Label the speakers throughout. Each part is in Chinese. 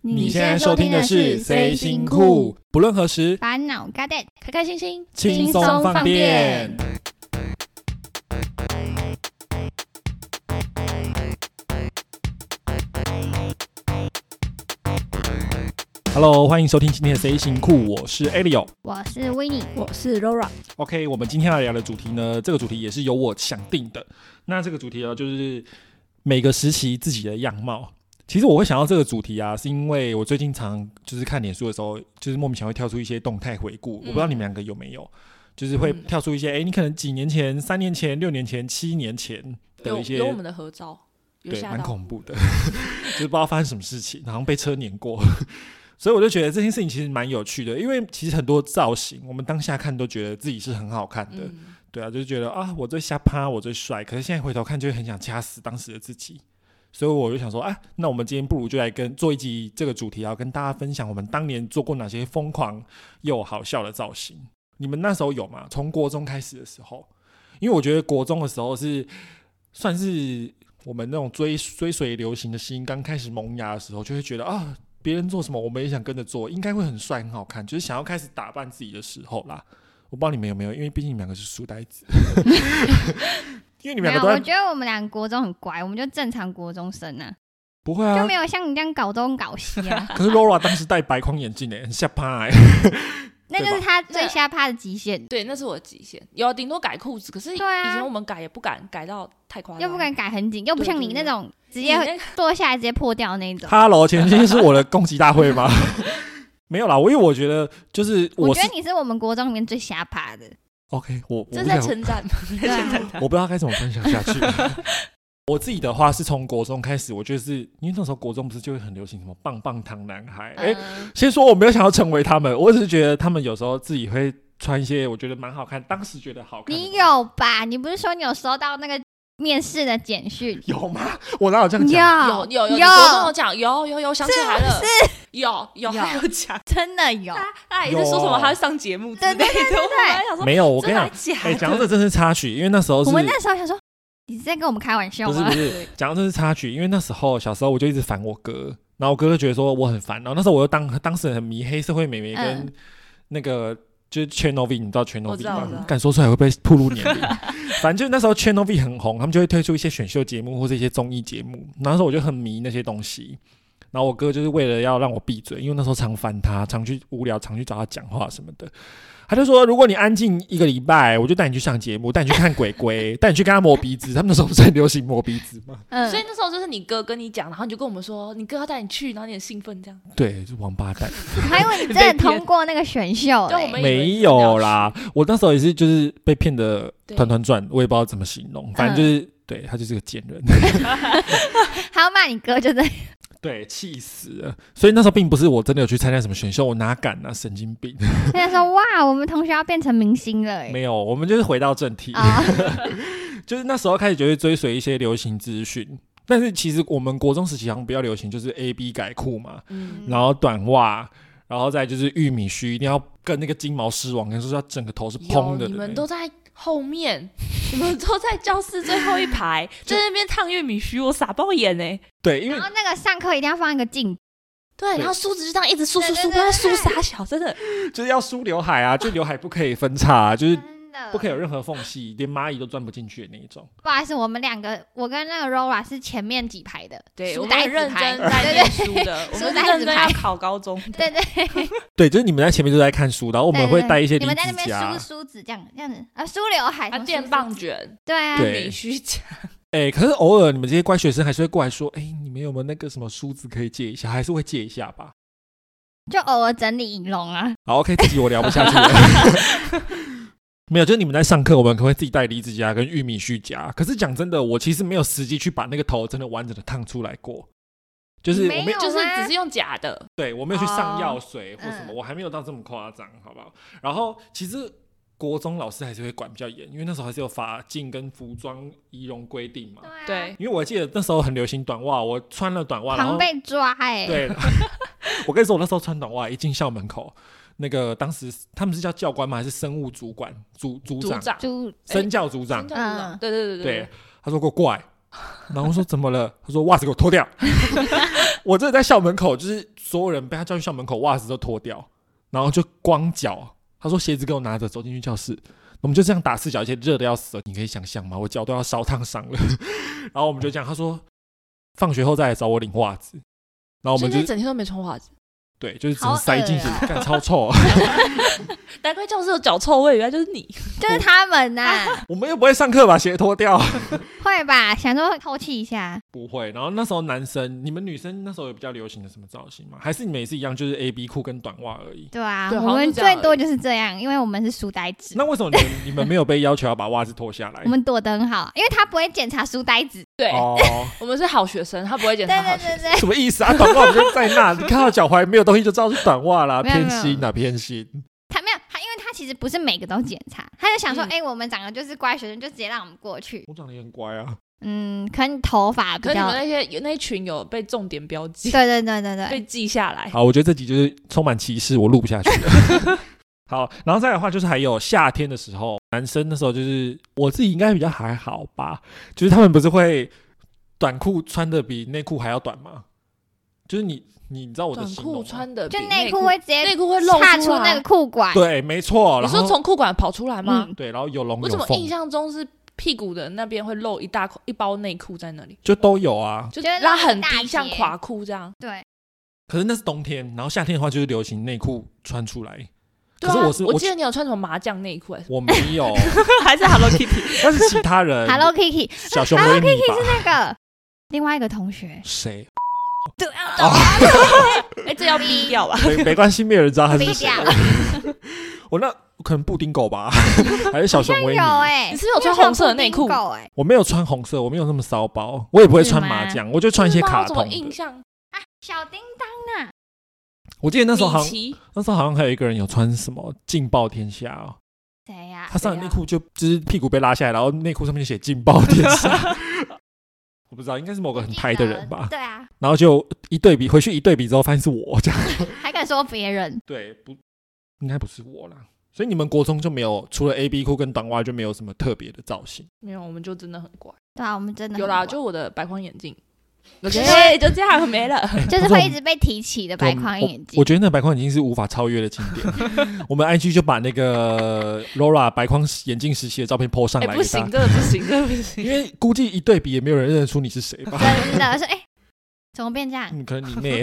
Speaker 1: 你现在收听的是《C 星酷》，不论何时，
Speaker 2: 烦恼 g a d
Speaker 3: 开开心心，
Speaker 1: 轻松放电。Hello，欢迎收听今天的《C 星酷》，我是 Elio。
Speaker 2: 我是 w i n n i
Speaker 3: 我是 Rora，
Speaker 1: OK，我们今天要聊的主题呢，这个主题也是由我想定的。那这个主题呢，就是每个时期自己的样貌。其实我会想到这个主题啊，是因为我最近常就是看脸书的时候，就是莫名其妙会跳出一些动态回顾。我不知道你们两个有没有，就是会
Speaker 3: 嗯
Speaker 1: 跳出一些，哎、你可能几年前、三年前、六年前、七年前的
Speaker 3: 有
Speaker 1: 一些
Speaker 3: 有我们的合照，有
Speaker 1: 对，
Speaker 3: 吓
Speaker 1: 蛮
Speaker 3: 到，
Speaker 1: 恐怖的， 就是不知道发生什么事情，好像被车碾过。 所以我就觉得这件事情其实蛮有趣的，因为其实很多造型，我们当下看都觉得自己是很好看的，
Speaker 3: 嗯，
Speaker 1: 对啊，就是觉得啊，我最瞎趴，我最帅。可是现在回头看，就会很想掐死当时的自己。所以我就想说，啊，那我们今天不如就来跟做一集这个主题啊，跟大家分享我们当年做过哪些疯狂又好笑的造型。你们那时候有吗？从国中开始的时候，因为我觉得国中的时候是算是我们那种追追随流行的心刚开始萌芽的时候，就会觉得啊，别人做什么我们也想跟着做，应该会很帅很好看，就是想要开始打扮自己的时候啦。我不知道你们有没有，因为毕竟你们两个是书呆子， 因为你们
Speaker 2: 没
Speaker 1: 两
Speaker 2: 有，
Speaker 1: 个
Speaker 2: 我
Speaker 1: 都在
Speaker 2: 觉得我们俩国中很乖，我们就正常国中生啊，
Speaker 1: 不会
Speaker 2: 就
Speaker 1: 啊
Speaker 2: 没。有像你这样搞东搞西 啊。
Speaker 1: 可是 Laura 当时戴白框眼镜诶、很吓趴欸
Speaker 2: 那就是他最瞎趴的极限，
Speaker 3: 对，那是我的极限，有顶多改裤子，可是以
Speaker 2: 对啊
Speaker 3: 前我们改也不敢改到太夸张，
Speaker 2: 又不敢改很紧，又不像你
Speaker 3: 对
Speaker 2: 那
Speaker 3: 对对
Speaker 2: 种直
Speaker 3: 你
Speaker 2: 接
Speaker 3: 那
Speaker 2: 会
Speaker 3: 个，
Speaker 2: 坐下来直接破掉那种。
Speaker 1: Hello，前天是我的攻击大会吗？ 没有啦，我因为我觉得就是
Speaker 2: 我
Speaker 1: 我
Speaker 2: 觉
Speaker 1: 是
Speaker 2: 得你是我们国中里面最瞎趴 的，
Speaker 1: OK，我我不
Speaker 3: 这是在
Speaker 1: 想
Speaker 3: 称赞 吗，在
Speaker 2: 对啊
Speaker 3: 称赞他，
Speaker 1: 我不知道该怎么分享下去。 我自己的话是从国中开始，我就是因为那时候国中不是就会很流行什么棒棒糖男孩？哎、
Speaker 3: 嗯
Speaker 1: 先说我没有想要成为他们，我只是觉得他们有时候自己会穿一些我觉得蛮好看，当时觉得好看的。
Speaker 2: 你有吧？你不是说你有收到那个面试的简讯？
Speaker 1: 有吗？我哪有这样讲？
Speaker 2: 有
Speaker 3: 有有有，你
Speaker 2: 有
Speaker 3: 国中有讲，有有有，想起来了，有有
Speaker 2: 有
Speaker 3: 还有讲，
Speaker 2: 真的有，
Speaker 3: 他他也是说什
Speaker 1: 有
Speaker 3: 么他会上节目之类的，
Speaker 2: 对
Speaker 3: 我本来想说
Speaker 1: 没有，我跟
Speaker 3: 真
Speaker 1: 你
Speaker 3: 的
Speaker 1: 讲
Speaker 3: 还，假
Speaker 1: 哎、
Speaker 3: 的，
Speaker 1: 讲到这真是插曲，因为那时候是
Speaker 2: 我们那时候想说，你是在跟我们开玩笑
Speaker 1: 不是
Speaker 2: 吗
Speaker 1: 不？ 是，讲到这是插曲，因为那时候小时候我就一直烦我哥，然后我哥就觉得说我很烦，然后那时候我又当当时很迷黑社会美眉跟
Speaker 2: 嗯
Speaker 1: 那个、就是 Channel V，你知道 Channel
Speaker 3: 我
Speaker 1: V
Speaker 3: 知道我知
Speaker 1: 吗
Speaker 3: 道？
Speaker 1: 敢说出来会不会暴露年 龄？反正就是那时候 Channel V 很红，他们就会推出一些选秀节目或者一些综艺节目，然后那时候我就很迷那些东西。然后我哥就是为了要让我闭嘴，因为那时候常烦他，常去无聊，常去找他讲话什么的。他就说，如果你安静一个礼拜，我就带你去上节目，带你去看鬼鬼， 带你去跟他磨鼻子。他们那时候不是很流行磨鼻子吗？
Speaker 2: 嗯，
Speaker 3: 所以那时候就是你哥跟你讲，然后你就跟我们说，你哥要带你去，然后你很兴奋这样。
Speaker 1: 对，就王八蛋。
Speaker 2: 我还以为你真的通过那个选秀
Speaker 3: 对
Speaker 2: 嘞
Speaker 3: 我们
Speaker 1: 没有啦，我那时候也是就是被骗的
Speaker 3: 对嗯
Speaker 1: 团团转，我也不知道怎么形容，反正就是、对他就是个贱人，
Speaker 2: 还要骂你哥，就在
Speaker 1: 对，气死了。所以那时候并不是我真的有去参加什么选秀，我哪敢啊，神经病！
Speaker 2: 那时候哇，我们同学要变成明星了哎、
Speaker 1: 没有，我们就是回到正题。
Speaker 2: 啊、
Speaker 1: 就是那时候开始就会追随一些流行资讯，但是其实我们国中时期好像比较流行就是 A B 改裤嘛，
Speaker 3: 嗯，
Speaker 1: 然后短袜，然后再就是玉米须，一定要跟那个金毛狮王，跟说要整个头是
Speaker 3: 有
Speaker 1: 蓬的的那种。
Speaker 3: 你们都在后面， 你们都在教室最后一 排，在那边烫玉米须，我傻爆眼呢、
Speaker 1: 对，因为
Speaker 2: 然后那个上课一定要放一个镜子，
Speaker 3: 对，
Speaker 1: 对
Speaker 3: 然后梳子就这样一直梳
Speaker 2: 对
Speaker 3: 梳梳，
Speaker 2: 对
Speaker 3: 不知道
Speaker 2: 对
Speaker 3: 梳
Speaker 2: 对
Speaker 3: 傻小，真的。
Speaker 1: 就是要梳刘海啊，就刘海不可以分叉、啊，就是
Speaker 2: 真的
Speaker 1: 不可以有任何缝隙，连蚂蚁都钻不进去的那一种。
Speaker 2: 不好意思，我们两个，我跟那个 Rora 是前面几排的，
Speaker 3: 对，
Speaker 2: 书
Speaker 3: 我们
Speaker 2: 呆
Speaker 3: 很
Speaker 2: 子
Speaker 3: 认
Speaker 2: 排
Speaker 3: 真在
Speaker 2: 对
Speaker 3: 念书 的，我
Speaker 2: 书
Speaker 3: 们
Speaker 2: 呆
Speaker 3: 是
Speaker 2: 子
Speaker 3: 认真要
Speaker 2: 排
Speaker 3: 考高中的。
Speaker 2: 对对对，
Speaker 1: 对，就是你们在前面就在看书，然后我们会带一些
Speaker 2: 你
Speaker 1: 离
Speaker 2: 们在那
Speaker 1: 子
Speaker 2: 边梳
Speaker 1: 夹。
Speaker 2: 梳子这样这样子啊，梳刘海，
Speaker 3: 啊，
Speaker 2: 什么梳
Speaker 3: 电
Speaker 2: 梳
Speaker 3: 棒
Speaker 2: 子，
Speaker 3: 卷、
Speaker 2: 对啊，
Speaker 3: 玉
Speaker 1: 对
Speaker 3: 米须夹，
Speaker 1: 哎、可是偶尔你们这些乖学生还是会过来说，哎、你们有没有那个什么梳子可以借一下？还是会借一下吧。
Speaker 2: 就偶尔整理仪容啊，
Speaker 1: 好，OK，自己我聊不下去了。 没有，就是你们在上课，我们可能会自己带离子夹跟玉米须夹。可是讲真的，我其实没有实际去把那个头真的完整的烫出来过，就是我
Speaker 2: 没
Speaker 1: 没
Speaker 2: 有
Speaker 3: 就是
Speaker 2: 吗
Speaker 3: 只是用假的。
Speaker 1: 对我没有去上药水
Speaker 2: 哦
Speaker 1: 或什么，
Speaker 2: 嗯
Speaker 1: 我还没有到这么夸张，好不好？然后其实国中老师还是会管比较严，因为那时候还是有法禁跟服装仪容规定嘛。
Speaker 2: 啊，
Speaker 3: 对，
Speaker 1: 因为我记得那时候很流行短袜，我穿了短袜，然
Speaker 2: 常
Speaker 1: 后
Speaker 2: 被抓哎、
Speaker 1: 对， 我跟你说，我那时候穿短袜一进校门口，那个当时他们是叫教官吗？还是生物主管组组
Speaker 3: 组
Speaker 1: 长？
Speaker 3: 长，
Speaker 2: 猪
Speaker 1: 生教组长
Speaker 3: 生？教组长
Speaker 2: 嗯
Speaker 3: 对对对
Speaker 1: 对，他说给我过来，然后我说怎么了？他说袜子给我脱掉， 我真的在校门口，就是所有人被他叫去校门口，袜子都脱掉，然后就光脚。他说鞋子给我拿着，走进去教室。我们就这样打赤脚，而且热的要死了，你可以想象吗？我脚都要烧烫伤了。 然后我们就这样，他说放学后再来找我领袜子。然后我
Speaker 3: 所
Speaker 1: 们
Speaker 3: 以
Speaker 1: 就
Speaker 3: 那整天都没穿袜子，
Speaker 1: 对，就是只
Speaker 2: 好
Speaker 1: 能塞进
Speaker 2: 恶
Speaker 1: 去，
Speaker 2: 啊
Speaker 1: 干超臭 啊、
Speaker 3: 难怪教室有脚臭味，原来就是你。
Speaker 1: 哦
Speaker 2: 就是他们呐、
Speaker 1: 我们又不会上课把鞋脱掉，
Speaker 2: 会吧？想说透气一下，
Speaker 1: 不会。然后那时候男生，你们女生那时候有比较流行的什么造型吗？还是你们也是一样，就是 A B 裤跟短袜而已？
Speaker 2: 对啊，
Speaker 3: 对好
Speaker 2: 我
Speaker 3: 像
Speaker 2: 们
Speaker 3: 是这样
Speaker 2: 最多就是这样，因为我们是书呆子，
Speaker 1: 那为什么你们你们没有被要求要把袜子脱下来
Speaker 2: 我？们躲得很好，因为他不会检查书呆子。
Speaker 3: 对，
Speaker 1: 哦，
Speaker 3: 我们是好学生，他不会检
Speaker 2: 对
Speaker 3: 查好
Speaker 2: 对
Speaker 3: 学生。
Speaker 2: 对对，
Speaker 1: 什么意思啊？短袜不就在那？你看到脚踝没有东西就知道是短袜啦，
Speaker 2: 没有没
Speaker 1: 偏
Speaker 2: 有
Speaker 1: 心啊，偏心。
Speaker 2: 他没有他，因为他其实不是每个都检查，他就想说，
Speaker 3: 嗯
Speaker 2: 哎、我们长得就是乖学生，就直接让我们过去。
Speaker 1: 我长得也很乖啊，
Speaker 2: 嗯，可能头发比
Speaker 3: 可是你
Speaker 2: 较
Speaker 3: 们，那些有那一群有被重点标记，
Speaker 2: 对对对对对，
Speaker 3: 被记下来。
Speaker 1: 好，我觉得这集就是充满歧视，我录不下去了。好，然后再来的话就是还有夏天的时候，男生那时候就是我自己应该比较还好吧，就是他们不是会短裤穿的比内裤还要短吗？就是你你你知道我的
Speaker 3: 短
Speaker 1: 形容啊
Speaker 3: 裤
Speaker 1: 吗
Speaker 3: 穿的
Speaker 2: 就
Speaker 3: 内
Speaker 2: 内裤会直接
Speaker 3: 内裤会露
Speaker 2: 岔
Speaker 3: 出来
Speaker 2: 那个裤管，
Speaker 1: 对，没错。
Speaker 3: 你
Speaker 1: 然
Speaker 3: 说
Speaker 1: 后
Speaker 3: 从裤管跑出来吗？
Speaker 2: 嗯，
Speaker 1: 对，然后有龙
Speaker 3: 我
Speaker 1: 有
Speaker 3: 怎么
Speaker 1: 凤
Speaker 3: 印，象中是屁股的那边会露一大口一包内裤在那里，
Speaker 1: 就都有啊。
Speaker 3: 就
Speaker 2: 就是那
Speaker 3: 拉很
Speaker 2: 种大
Speaker 3: 低，
Speaker 2: 截
Speaker 3: 像垮裤这样。
Speaker 2: 对，
Speaker 1: 可是那是冬天，然后夏天的话就是流行内裤穿出来。
Speaker 3: 对
Speaker 1: 可是
Speaker 3: 啊，
Speaker 1: 我是
Speaker 3: 我
Speaker 1: 我
Speaker 3: 记得你有穿什么麻将内裤还是
Speaker 1: 我没有，
Speaker 3: 还是 Hello Kitty？
Speaker 1: 但是其他人
Speaker 2: Hello Kitty
Speaker 1: 小熊维尼吧？
Speaker 2: 那个另外一个同学，
Speaker 1: 谁？哦
Speaker 2: 对啊，
Speaker 3: 哎，这要逼掉吧？
Speaker 1: 没没关系，没有人知道他是
Speaker 2: 低
Speaker 1: 谁
Speaker 2: 调。
Speaker 1: 我那可能布丁狗吧， 还是小熊维尼
Speaker 2: 有？哎、
Speaker 3: 你是不是有穿红色的内裤
Speaker 2: 你有穿布丁狗哎、
Speaker 1: 我没有穿红色，我没有那么骚包，我也不会穿麻
Speaker 2: 是
Speaker 1: 将，我就穿一些
Speaker 3: 是吗
Speaker 1: 卡
Speaker 3: 我怎
Speaker 1: 通
Speaker 3: 么
Speaker 1: 的。
Speaker 3: 印象？
Speaker 2: 小叮当啊，
Speaker 1: 我记得那时候好
Speaker 3: 米
Speaker 1: 像，
Speaker 3: 奇
Speaker 1: 那时候好像还有一个人有穿什么劲爆天下哦，
Speaker 2: 谁呀、
Speaker 1: 他上
Speaker 3: 啊
Speaker 1: 的内裤就就是屁股被拉下来，然后内裤上面写“劲爆天下”，我不知道，应该是某个很
Speaker 2: 记
Speaker 1: 拍的
Speaker 2: 得
Speaker 1: 人吧。
Speaker 2: 对啊，
Speaker 1: 然后就一对比，回去一对比之后，发现是我这样。
Speaker 2: 还敢说别人？
Speaker 1: 对，不，应该不是我啦。所以你们国中就没有，除了 A B 裤跟短袜，就没有什么特别的造型。
Speaker 3: 没有，我们就真的很乖。
Speaker 2: 对啊，我们真的很
Speaker 3: 有啦，
Speaker 2: 乖
Speaker 3: 就我的白框眼镜。
Speaker 2: 是
Speaker 3: 对，就这样 没了。
Speaker 2: 就是
Speaker 1: 不
Speaker 2: 会
Speaker 1: 我
Speaker 2: 一直被提起的
Speaker 1: 对
Speaker 2: 白
Speaker 1: 我们
Speaker 2: 框
Speaker 1: 我
Speaker 2: 眼
Speaker 1: 我
Speaker 2: 镜。
Speaker 1: 觉得那白框眼镜是无法超越的经典。 我们 IG 就把那个 Laura 白框眼镜时期的照片 PO 上
Speaker 3: 哎，
Speaker 1: 来
Speaker 3: 不
Speaker 1: 给大家，
Speaker 3: 行，真的不行，真的不
Speaker 1: 因
Speaker 3: 行。
Speaker 1: 为估计一对比也没有人认得出你是谁吧？
Speaker 2: 真的是哎、怎么变这样？
Speaker 1: 嗯，可能你妹。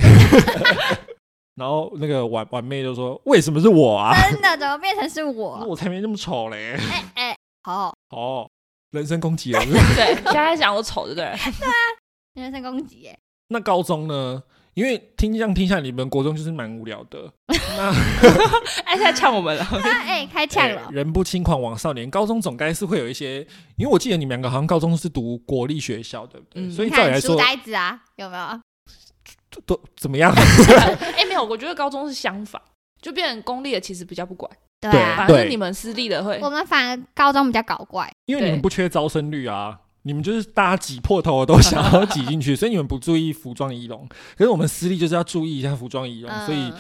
Speaker 1: 然后那个婉婉妹就说：“为什么是我 啊？哦
Speaker 2: 真的怎么变成是 我？
Speaker 1: 我才没那么丑嘞
Speaker 2: 哎哎、好，！”
Speaker 1: 哦，人身攻击了。
Speaker 3: 对，现在讲我丑，对不对？
Speaker 2: 人身攻击、 哎，
Speaker 1: 那高中呢？因为听这样听下来，你们国中就是蛮无聊的。那
Speaker 3: 哎，现在呛我们了。
Speaker 2: 那哎、开呛了
Speaker 1: 哎。人不轻狂枉少年。高中总该是会有一些，因为我记得你们两个好像高中是读国立学校，对不对？
Speaker 3: 嗯
Speaker 1: 所以
Speaker 2: 你
Speaker 1: 照理来
Speaker 2: 看书
Speaker 1: 说，
Speaker 2: 呆子啊，有没有？
Speaker 1: 都怎 么样？
Speaker 3: 哎、没有，我觉得高中是相反，就变成公立的其实比较不管，
Speaker 2: 对
Speaker 1: 对
Speaker 2: 啊，
Speaker 3: 反正你们私立的会
Speaker 2: 我们反而高中比较搞怪，
Speaker 1: 因为你们
Speaker 3: 对
Speaker 1: 不缺招生率啊，你们就是大家挤破头都想要挤进去，所以 你们不注意服装仪容。可是我们私立就是要注意一下服装仪容，
Speaker 2: 嗯，
Speaker 1: 所以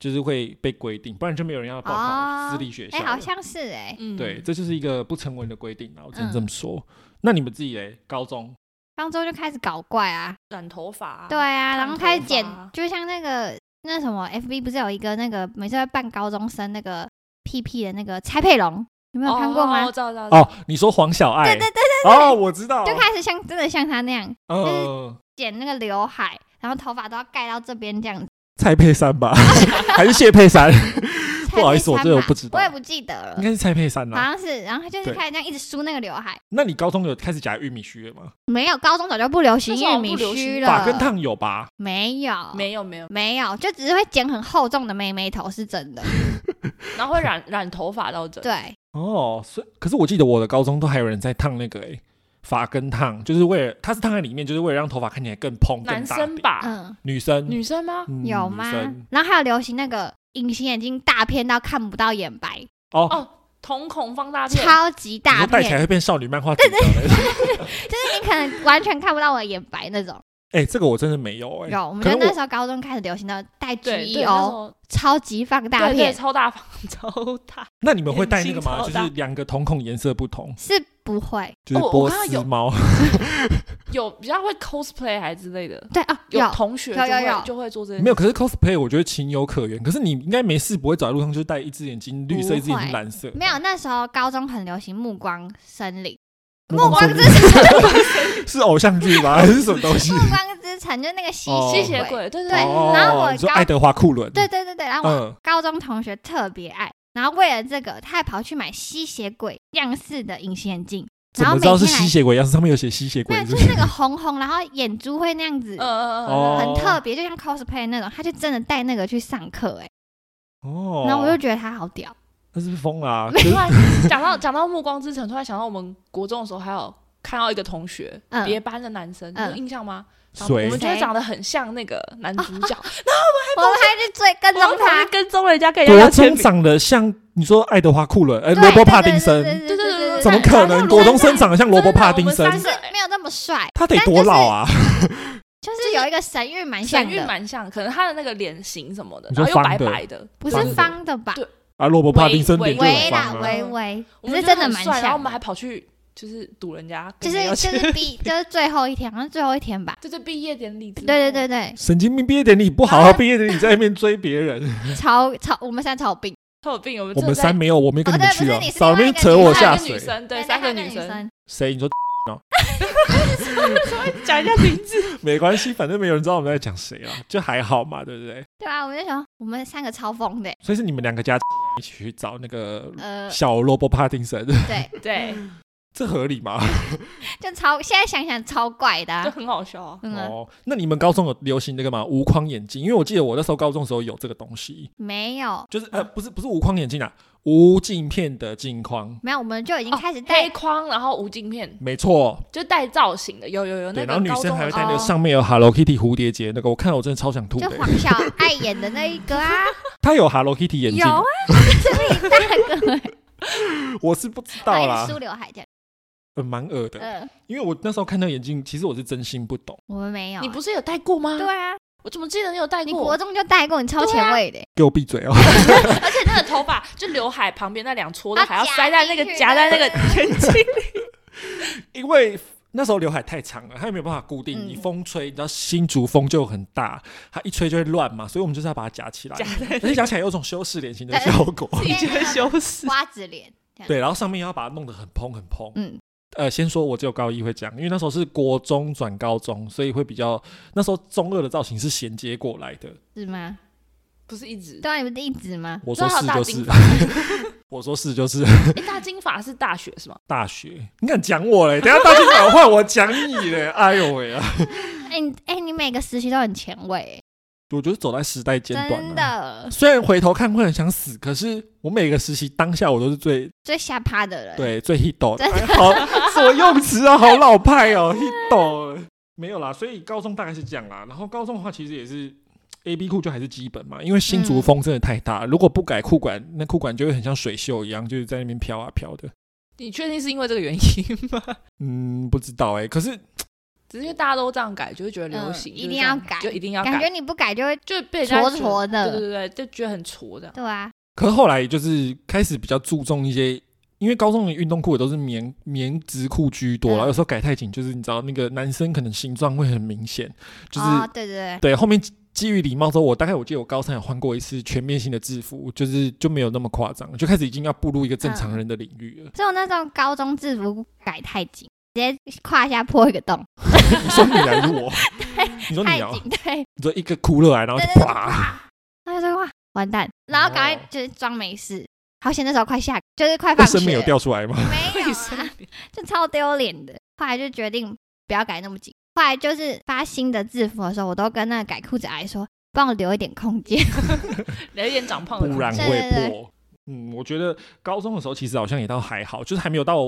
Speaker 1: 就是会被规定，不然就没有人要报考
Speaker 2: 哦
Speaker 1: 私立学校
Speaker 2: 哎、
Speaker 1: 了。
Speaker 2: 好像是哎、
Speaker 3: 嗯
Speaker 1: 对，这就是一个不成文的规定啊，我只能这么说。那你们自己嘞，高中
Speaker 2: 嗯高中就开始搞怪啊，
Speaker 3: 染头发、啊，
Speaker 2: 对啊，
Speaker 3: 烫
Speaker 2: 然后开始
Speaker 3: 头发
Speaker 2: 剪
Speaker 3: 啊，
Speaker 2: 就像那个那什么，FB 不是有一个那个每次在扮高中生那个屁屁的那个蔡佩龙，有没有看过吗？
Speaker 3: 哦、知道知道，知道
Speaker 1: 哦，你说黄小爱，
Speaker 2: 对对对，
Speaker 1: 哦，我知道，
Speaker 2: 就开始像真的像他那样
Speaker 1: 呃，
Speaker 2: 剪那个刘海，然后头发都要盖到这边这样子。
Speaker 1: 蔡佩珊吧，还是谢佩珊？
Speaker 2: 蔡
Speaker 1: 不好意
Speaker 2: 佩
Speaker 1: 思我
Speaker 2: 珊
Speaker 1: 这个
Speaker 2: 吧
Speaker 1: 不知道
Speaker 2: 我也不记得了
Speaker 1: 应，该是蔡佩珊
Speaker 2: 好
Speaker 1: 啦。
Speaker 2: 像是，然后他就是
Speaker 1: 对
Speaker 2: 开始这样一直梳那个刘海，
Speaker 1: 那你高中有开始夹玉米须了吗？
Speaker 2: 没有，高中早就不流行
Speaker 3: 那时候
Speaker 2: 玉
Speaker 3: 不
Speaker 2: 米
Speaker 3: 流行
Speaker 2: 须
Speaker 1: 发根
Speaker 2: 了，
Speaker 1: 烫有吧？
Speaker 2: 没有，
Speaker 3: 没有没有，
Speaker 2: 没有，就只是会剪很厚重的妹妹头，是真 的。
Speaker 3: 然后会染染头发到这，
Speaker 2: 对，
Speaker 1: 哦，所以可是我记得我的高中都还有人在烫那个诶、发根烫，就是为了它是烫在里面，就是为了让头发看起来更蓬、更
Speaker 3: 男
Speaker 1: 大
Speaker 3: 生
Speaker 1: 点，
Speaker 3: 吧，
Speaker 2: 嗯，
Speaker 1: 女生
Speaker 3: 女生吗？
Speaker 1: 嗯
Speaker 2: 有
Speaker 1: 女
Speaker 2: 吗
Speaker 1: 生？
Speaker 2: 然后还有流行那个隐形眼镜大片到看不到眼白，
Speaker 1: 哦，
Speaker 3: 哦，瞳孔放大片，
Speaker 2: 超级
Speaker 1: 你
Speaker 2: 大
Speaker 1: 说戴起来
Speaker 2: 片，
Speaker 1: 会变少女漫画主角的。
Speaker 2: 就是你可能完全看不到我的眼白那种。
Speaker 1: 哎，这个我真的没有哎、
Speaker 2: 有，我们
Speaker 1: 可
Speaker 2: 就
Speaker 1: 能
Speaker 2: 那
Speaker 1: 我
Speaker 2: 时候高中开始流行的戴
Speaker 3: 对对，
Speaker 2: GEO，
Speaker 3: 那时候
Speaker 2: 超级放哦大
Speaker 3: 对对
Speaker 2: 片
Speaker 3: 超大方超大，
Speaker 1: 那你们会戴那个吗？
Speaker 3: 眼
Speaker 1: 就
Speaker 3: 睛超大
Speaker 1: 是两个瞳孔颜色不同，
Speaker 2: 是不会，
Speaker 1: 就是
Speaker 3: 我我
Speaker 1: 波
Speaker 3: 看到
Speaker 1: 斯
Speaker 3: 有
Speaker 1: 猫。
Speaker 3: 有比较会 cosplay 还之类的，
Speaker 2: 对啊，有
Speaker 3: 有同学就
Speaker 2: 有有
Speaker 3: 会
Speaker 2: 有
Speaker 3: 就会做这件
Speaker 1: 没有，可是 cosplay 我觉得情有可原。可是你应该没事不会走在路上就戴一只眼睛绿色，
Speaker 2: 不
Speaker 1: 一只眼睛
Speaker 2: 会
Speaker 1: 蓝色。
Speaker 2: 没有，那时候高中很流行暮光森林，
Speaker 1: 暮
Speaker 2: 光之
Speaker 1: 森林是偶像剧 吗？还是什么东西
Speaker 2: 暮？光之城就那 个吸
Speaker 1: 哦
Speaker 3: 吸
Speaker 2: 吸
Speaker 3: 血
Speaker 2: 血鬼，
Speaker 3: 鬼，对
Speaker 2: 对
Speaker 1: 哦
Speaker 2: 然后我
Speaker 1: 你说
Speaker 2: 高
Speaker 1: 爱德华库伦，
Speaker 2: 对对对对，然后我
Speaker 1: 嗯
Speaker 2: 高中同学特别爱，然后为了这个，他还跑去买吸血鬼样式的隐形眼镜，
Speaker 1: 怎
Speaker 2: 然
Speaker 1: 么
Speaker 2: 后
Speaker 1: 知道
Speaker 2: 每
Speaker 1: 是
Speaker 2: 天
Speaker 1: 吸
Speaker 2: 还
Speaker 1: 血鬼样？是上面有写吸血鬼
Speaker 2: 没有，，
Speaker 1: 是
Speaker 2: 就
Speaker 1: 不
Speaker 2: 是
Speaker 1: 是？
Speaker 2: 那个红红，然后眼珠会那样子，
Speaker 3: 嗯嗯嗯嗯，
Speaker 1: 哦
Speaker 2: 很特别，就像 cosplay 那种，他就真的带那个去上课，哎，
Speaker 1: 哦，
Speaker 2: 然后我就觉得他好屌，
Speaker 1: 那是不是疯了 啊，
Speaker 3: 突
Speaker 1: 就是
Speaker 3: 然讲到讲到《暮光之城》，突然想到我们国中的时候，还有看到一个同学，
Speaker 2: 嗯
Speaker 3: 别班的男生，你有
Speaker 2: 嗯
Speaker 3: 印象吗？长我
Speaker 1: 谁
Speaker 3: 们觉得
Speaker 2: 谁
Speaker 3: 长得很像那个男主角，哎
Speaker 2: 我们还去追跟
Speaker 3: 我
Speaker 2: 踪
Speaker 3: 们跑
Speaker 2: 他
Speaker 3: 去，跟踪人家，跟人家
Speaker 1: 国
Speaker 3: 要签
Speaker 1: 中
Speaker 3: 名。
Speaker 1: 长得像你说爱德华库伦，呃，
Speaker 2: 对
Speaker 1: 罗伯帕
Speaker 2: 对
Speaker 1: 丁
Speaker 2: 对
Speaker 1: 森，
Speaker 2: 对对
Speaker 3: 对对对
Speaker 2: 对，
Speaker 1: 怎么可
Speaker 3: 长得
Speaker 1: 能？
Speaker 3: 像
Speaker 1: 国中
Speaker 3: 罗伯
Speaker 1: 生长得像罗伯
Speaker 3: 真的
Speaker 1: 帕丁
Speaker 3: 我
Speaker 1: 森
Speaker 3: 们，
Speaker 2: 是没有那么帅，
Speaker 1: 他得
Speaker 2: 但
Speaker 1: 多
Speaker 2: 就是
Speaker 1: 老啊？
Speaker 2: 就是有一个神韵蛮像
Speaker 3: 神韵
Speaker 2: 的，
Speaker 3: 蛮像，可能他的那个脸型什么的，
Speaker 1: 你
Speaker 3: 然
Speaker 1: 说
Speaker 3: 后又白
Speaker 1: 方的
Speaker 3: 白的，
Speaker 2: 不
Speaker 1: 方
Speaker 2: 是
Speaker 1: 的
Speaker 2: 方的吧？
Speaker 3: 对
Speaker 1: 啊，罗伯帕丁森
Speaker 3: 微
Speaker 1: 脸就
Speaker 2: 微
Speaker 1: 很
Speaker 2: 啦
Speaker 1: 方啊。
Speaker 2: 微微，
Speaker 3: 我
Speaker 2: 可
Speaker 3: 们
Speaker 2: 是
Speaker 3: 觉得
Speaker 2: 真的
Speaker 3: 很
Speaker 2: 蛮
Speaker 3: 帅然后我
Speaker 2: 像
Speaker 3: 们
Speaker 2: 的
Speaker 3: 还。跑去就是堵人家，
Speaker 2: 就
Speaker 3: 跟人
Speaker 2: 是
Speaker 3: 家要
Speaker 2: 就
Speaker 3: 签
Speaker 2: 是 毕就是最后一天，好像最后一天吧。
Speaker 3: 就是毕业典礼之
Speaker 2: 对
Speaker 3: 后，
Speaker 2: 对对对，
Speaker 1: 神经病！毕业典礼不
Speaker 2: 啊
Speaker 1: 好好啊毕业典礼，在那边追别 人。
Speaker 2: 超超我们三超有病，
Speaker 3: 他有病，我们
Speaker 1: 我
Speaker 3: 真
Speaker 1: 们
Speaker 3: 的在
Speaker 1: 三没有，我没跟
Speaker 2: 哦
Speaker 1: 你们
Speaker 2: 对
Speaker 1: 去
Speaker 2: 不
Speaker 1: 哦
Speaker 2: 是你，是
Speaker 1: 少
Speaker 2: 另
Speaker 1: 那
Speaker 2: 外一
Speaker 1: 边
Speaker 2: 个
Speaker 1: 扯
Speaker 2: 女
Speaker 1: 我
Speaker 2: 生
Speaker 1: 下
Speaker 3: 三个女
Speaker 1: 水。
Speaker 3: 生，对三个女生，，
Speaker 1: 谁？你说
Speaker 3: 讲一下名字，
Speaker 1: 没关系，反正没有人知道我们在讲谁啊，就还好嘛，对不对？
Speaker 2: 对啊，我们就想我们三个超疯的，
Speaker 1: 所以是你们两个加 一起去找那个
Speaker 2: 呃，
Speaker 1: 小罗伯帕丁森，
Speaker 2: 对，
Speaker 3: 对，
Speaker 1: 这合理吗？
Speaker 2: 就超现在想想超怪的
Speaker 3: 就
Speaker 2: 啊，
Speaker 3: 很好笑啊。
Speaker 2: 嗯啊，
Speaker 1: 哦，那你们高中有流行那个吗？无框眼镜？因为我记得我那时候高中的时候有这个东西，
Speaker 2: 没有
Speaker 1: 就是呃，不是不是无框眼镜啊，无镜片的镜框，
Speaker 2: 没有，我们就已经
Speaker 3: 哦
Speaker 2: 开始
Speaker 3: 黑
Speaker 2: 戴
Speaker 3: 框，然后无镜片，
Speaker 1: 没错。
Speaker 3: 就带造型的，有有有那
Speaker 1: 对，
Speaker 3: 个
Speaker 1: 然后女
Speaker 3: 高
Speaker 1: 生
Speaker 3: 中
Speaker 1: 还会
Speaker 3: 的
Speaker 1: 戴那个
Speaker 2: 哦
Speaker 1: 上面有 Hello Kitty 蝴蝶结那个，我看了我真的超想吐
Speaker 2: 就
Speaker 1: 的欸。
Speaker 2: 黄晓爱演的那一个 啊，
Speaker 1: 它有 Hello Kitty 眼镜
Speaker 2: 有，啊，这么一大个，
Speaker 1: 我是不知道
Speaker 2: 还
Speaker 1: 啦
Speaker 2: 是，梳刘海这样，
Speaker 1: 呃蛮恶的。
Speaker 2: 嗯，
Speaker 1: 因为我那时候看那个眼镜，其实我是真心不懂，
Speaker 2: 我们没有啊，
Speaker 3: 你不是有戴过吗？
Speaker 2: 对，啊，
Speaker 3: 我怎么记得你有戴
Speaker 2: 你
Speaker 3: 过
Speaker 2: 国？中就戴过，你超前卫的，
Speaker 1: 给我闭嘴哦！
Speaker 3: 而且那个头发就刘海旁边那两撮的，
Speaker 2: 啊
Speaker 3: 还要塞在那个夹
Speaker 2: 夹
Speaker 3: 在 那个
Speaker 2: 进
Speaker 3: 眼镜。
Speaker 1: 因为那时候刘海太长了，它也没有办法固定。
Speaker 2: 嗯
Speaker 1: 你风吹，你知道新竹风就很大，它一吹就会乱嘛，所以我们就是要把它夹起来
Speaker 3: 夹，在
Speaker 1: 而且夹起来有种修饰脸型的效 果。
Speaker 3: 你 觉得羞耻？
Speaker 2: 啊花子脸，
Speaker 1: 对，然后上面要把它弄得很蓬很蓬。
Speaker 2: 嗯，
Speaker 1: 呃，先说我只有高一会这样，因为那时候是国中转高中，所以会比较那时候中二的造型是衔接过来的。
Speaker 2: 是吗？
Speaker 3: 不是一直
Speaker 2: 对啊，你们是一直吗？
Speaker 1: 我说是就
Speaker 3: 最好
Speaker 1: 是，我说是就是。
Speaker 3: 诶大金发是大学是吗？
Speaker 1: 大学，你敢讲我嘞？等一下大金反换我讲你嘞！哎呦喂啊！
Speaker 3: 嗯
Speaker 2: 哎、你哎、你每个时期都很前卫、欸
Speaker 1: 我觉得走在时代尖端、
Speaker 2: 真
Speaker 1: 啊，
Speaker 2: 的
Speaker 1: 虽然回头看会很想死，可是我每个实习当下我都是最
Speaker 2: 最下趴的人。，
Speaker 1: 对最 hit 的、
Speaker 2: 真的
Speaker 1: 哎 好什么用词啊，好老派哦，hit 的没有啦。所以高中大概是这样啦。然后高中的话，其实也是 A B 裤就还是基本嘛，因为新竹风真的太大，如果不改裤管，那裤管就会很像水袖一样，就是在那边飘啊飘的。
Speaker 3: 你确定是因为这个原因吗？
Speaker 1: 嗯，不知道哎、可是
Speaker 3: 只是因为大家都这样改，就会觉得流行，
Speaker 2: 嗯
Speaker 3: 就
Speaker 2: 一
Speaker 3: 是
Speaker 2: 定
Speaker 3: 这样
Speaker 2: 要改
Speaker 3: 就一定要
Speaker 2: 感觉
Speaker 3: 改，
Speaker 2: 你不改就会
Speaker 3: 就被人家
Speaker 2: 挫挫
Speaker 3: 觉得
Speaker 2: 的。
Speaker 3: 对对对，对就觉得很挫这样。
Speaker 2: 对啊，
Speaker 1: 可是后来就是开始比较注重一些，因为高中的运动裤也都是棉棉质裤居多，
Speaker 2: 嗯
Speaker 1: 然后有时候改太紧，就是你知道那个男生可能形状会很明显，就是、
Speaker 2: 哦，对对对，
Speaker 1: 对后面基。基于礼貌之后，我大概我记得我高三有换过一次全面性的制服，就是就没有那么夸张，就开始已经要步入一个正常人的领域了。
Speaker 2: 所以我那时候高中制服改太紧，直接胯下破一个洞，
Speaker 1: 你说你来我，你 说
Speaker 2: 太
Speaker 1: 你啊，
Speaker 2: 紧，对，
Speaker 1: 你说一个哭热来，然后就
Speaker 2: 对对对
Speaker 1: 啪，
Speaker 2: 那就说哇完蛋，然后赶快
Speaker 1: 哦
Speaker 2: 就是装没事。好险那时候快下，就是快
Speaker 1: 那
Speaker 2: 放学
Speaker 1: 生
Speaker 2: 了，
Speaker 1: 命有掉出来吗？
Speaker 2: 没有
Speaker 3: 卫生
Speaker 2: 啊，
Speaker 3: 棉
Speaker 2: 就超丢脸的。后来就决定不要改那么紧。后来就是发新的制服的时候，我都跟那个改裤子阿姨说，帮我留一点空间。
Speaker 3: 有点长胖的
Speaker 1: 不然
Speaker 2: 对
Speaker 1: 会
Speaker 2: 对
Speaker 1: 破。
Speaker 2: 对
Speaker 1: 嗯，我觉得高中的时候其实好像也倒还好，就是还没有到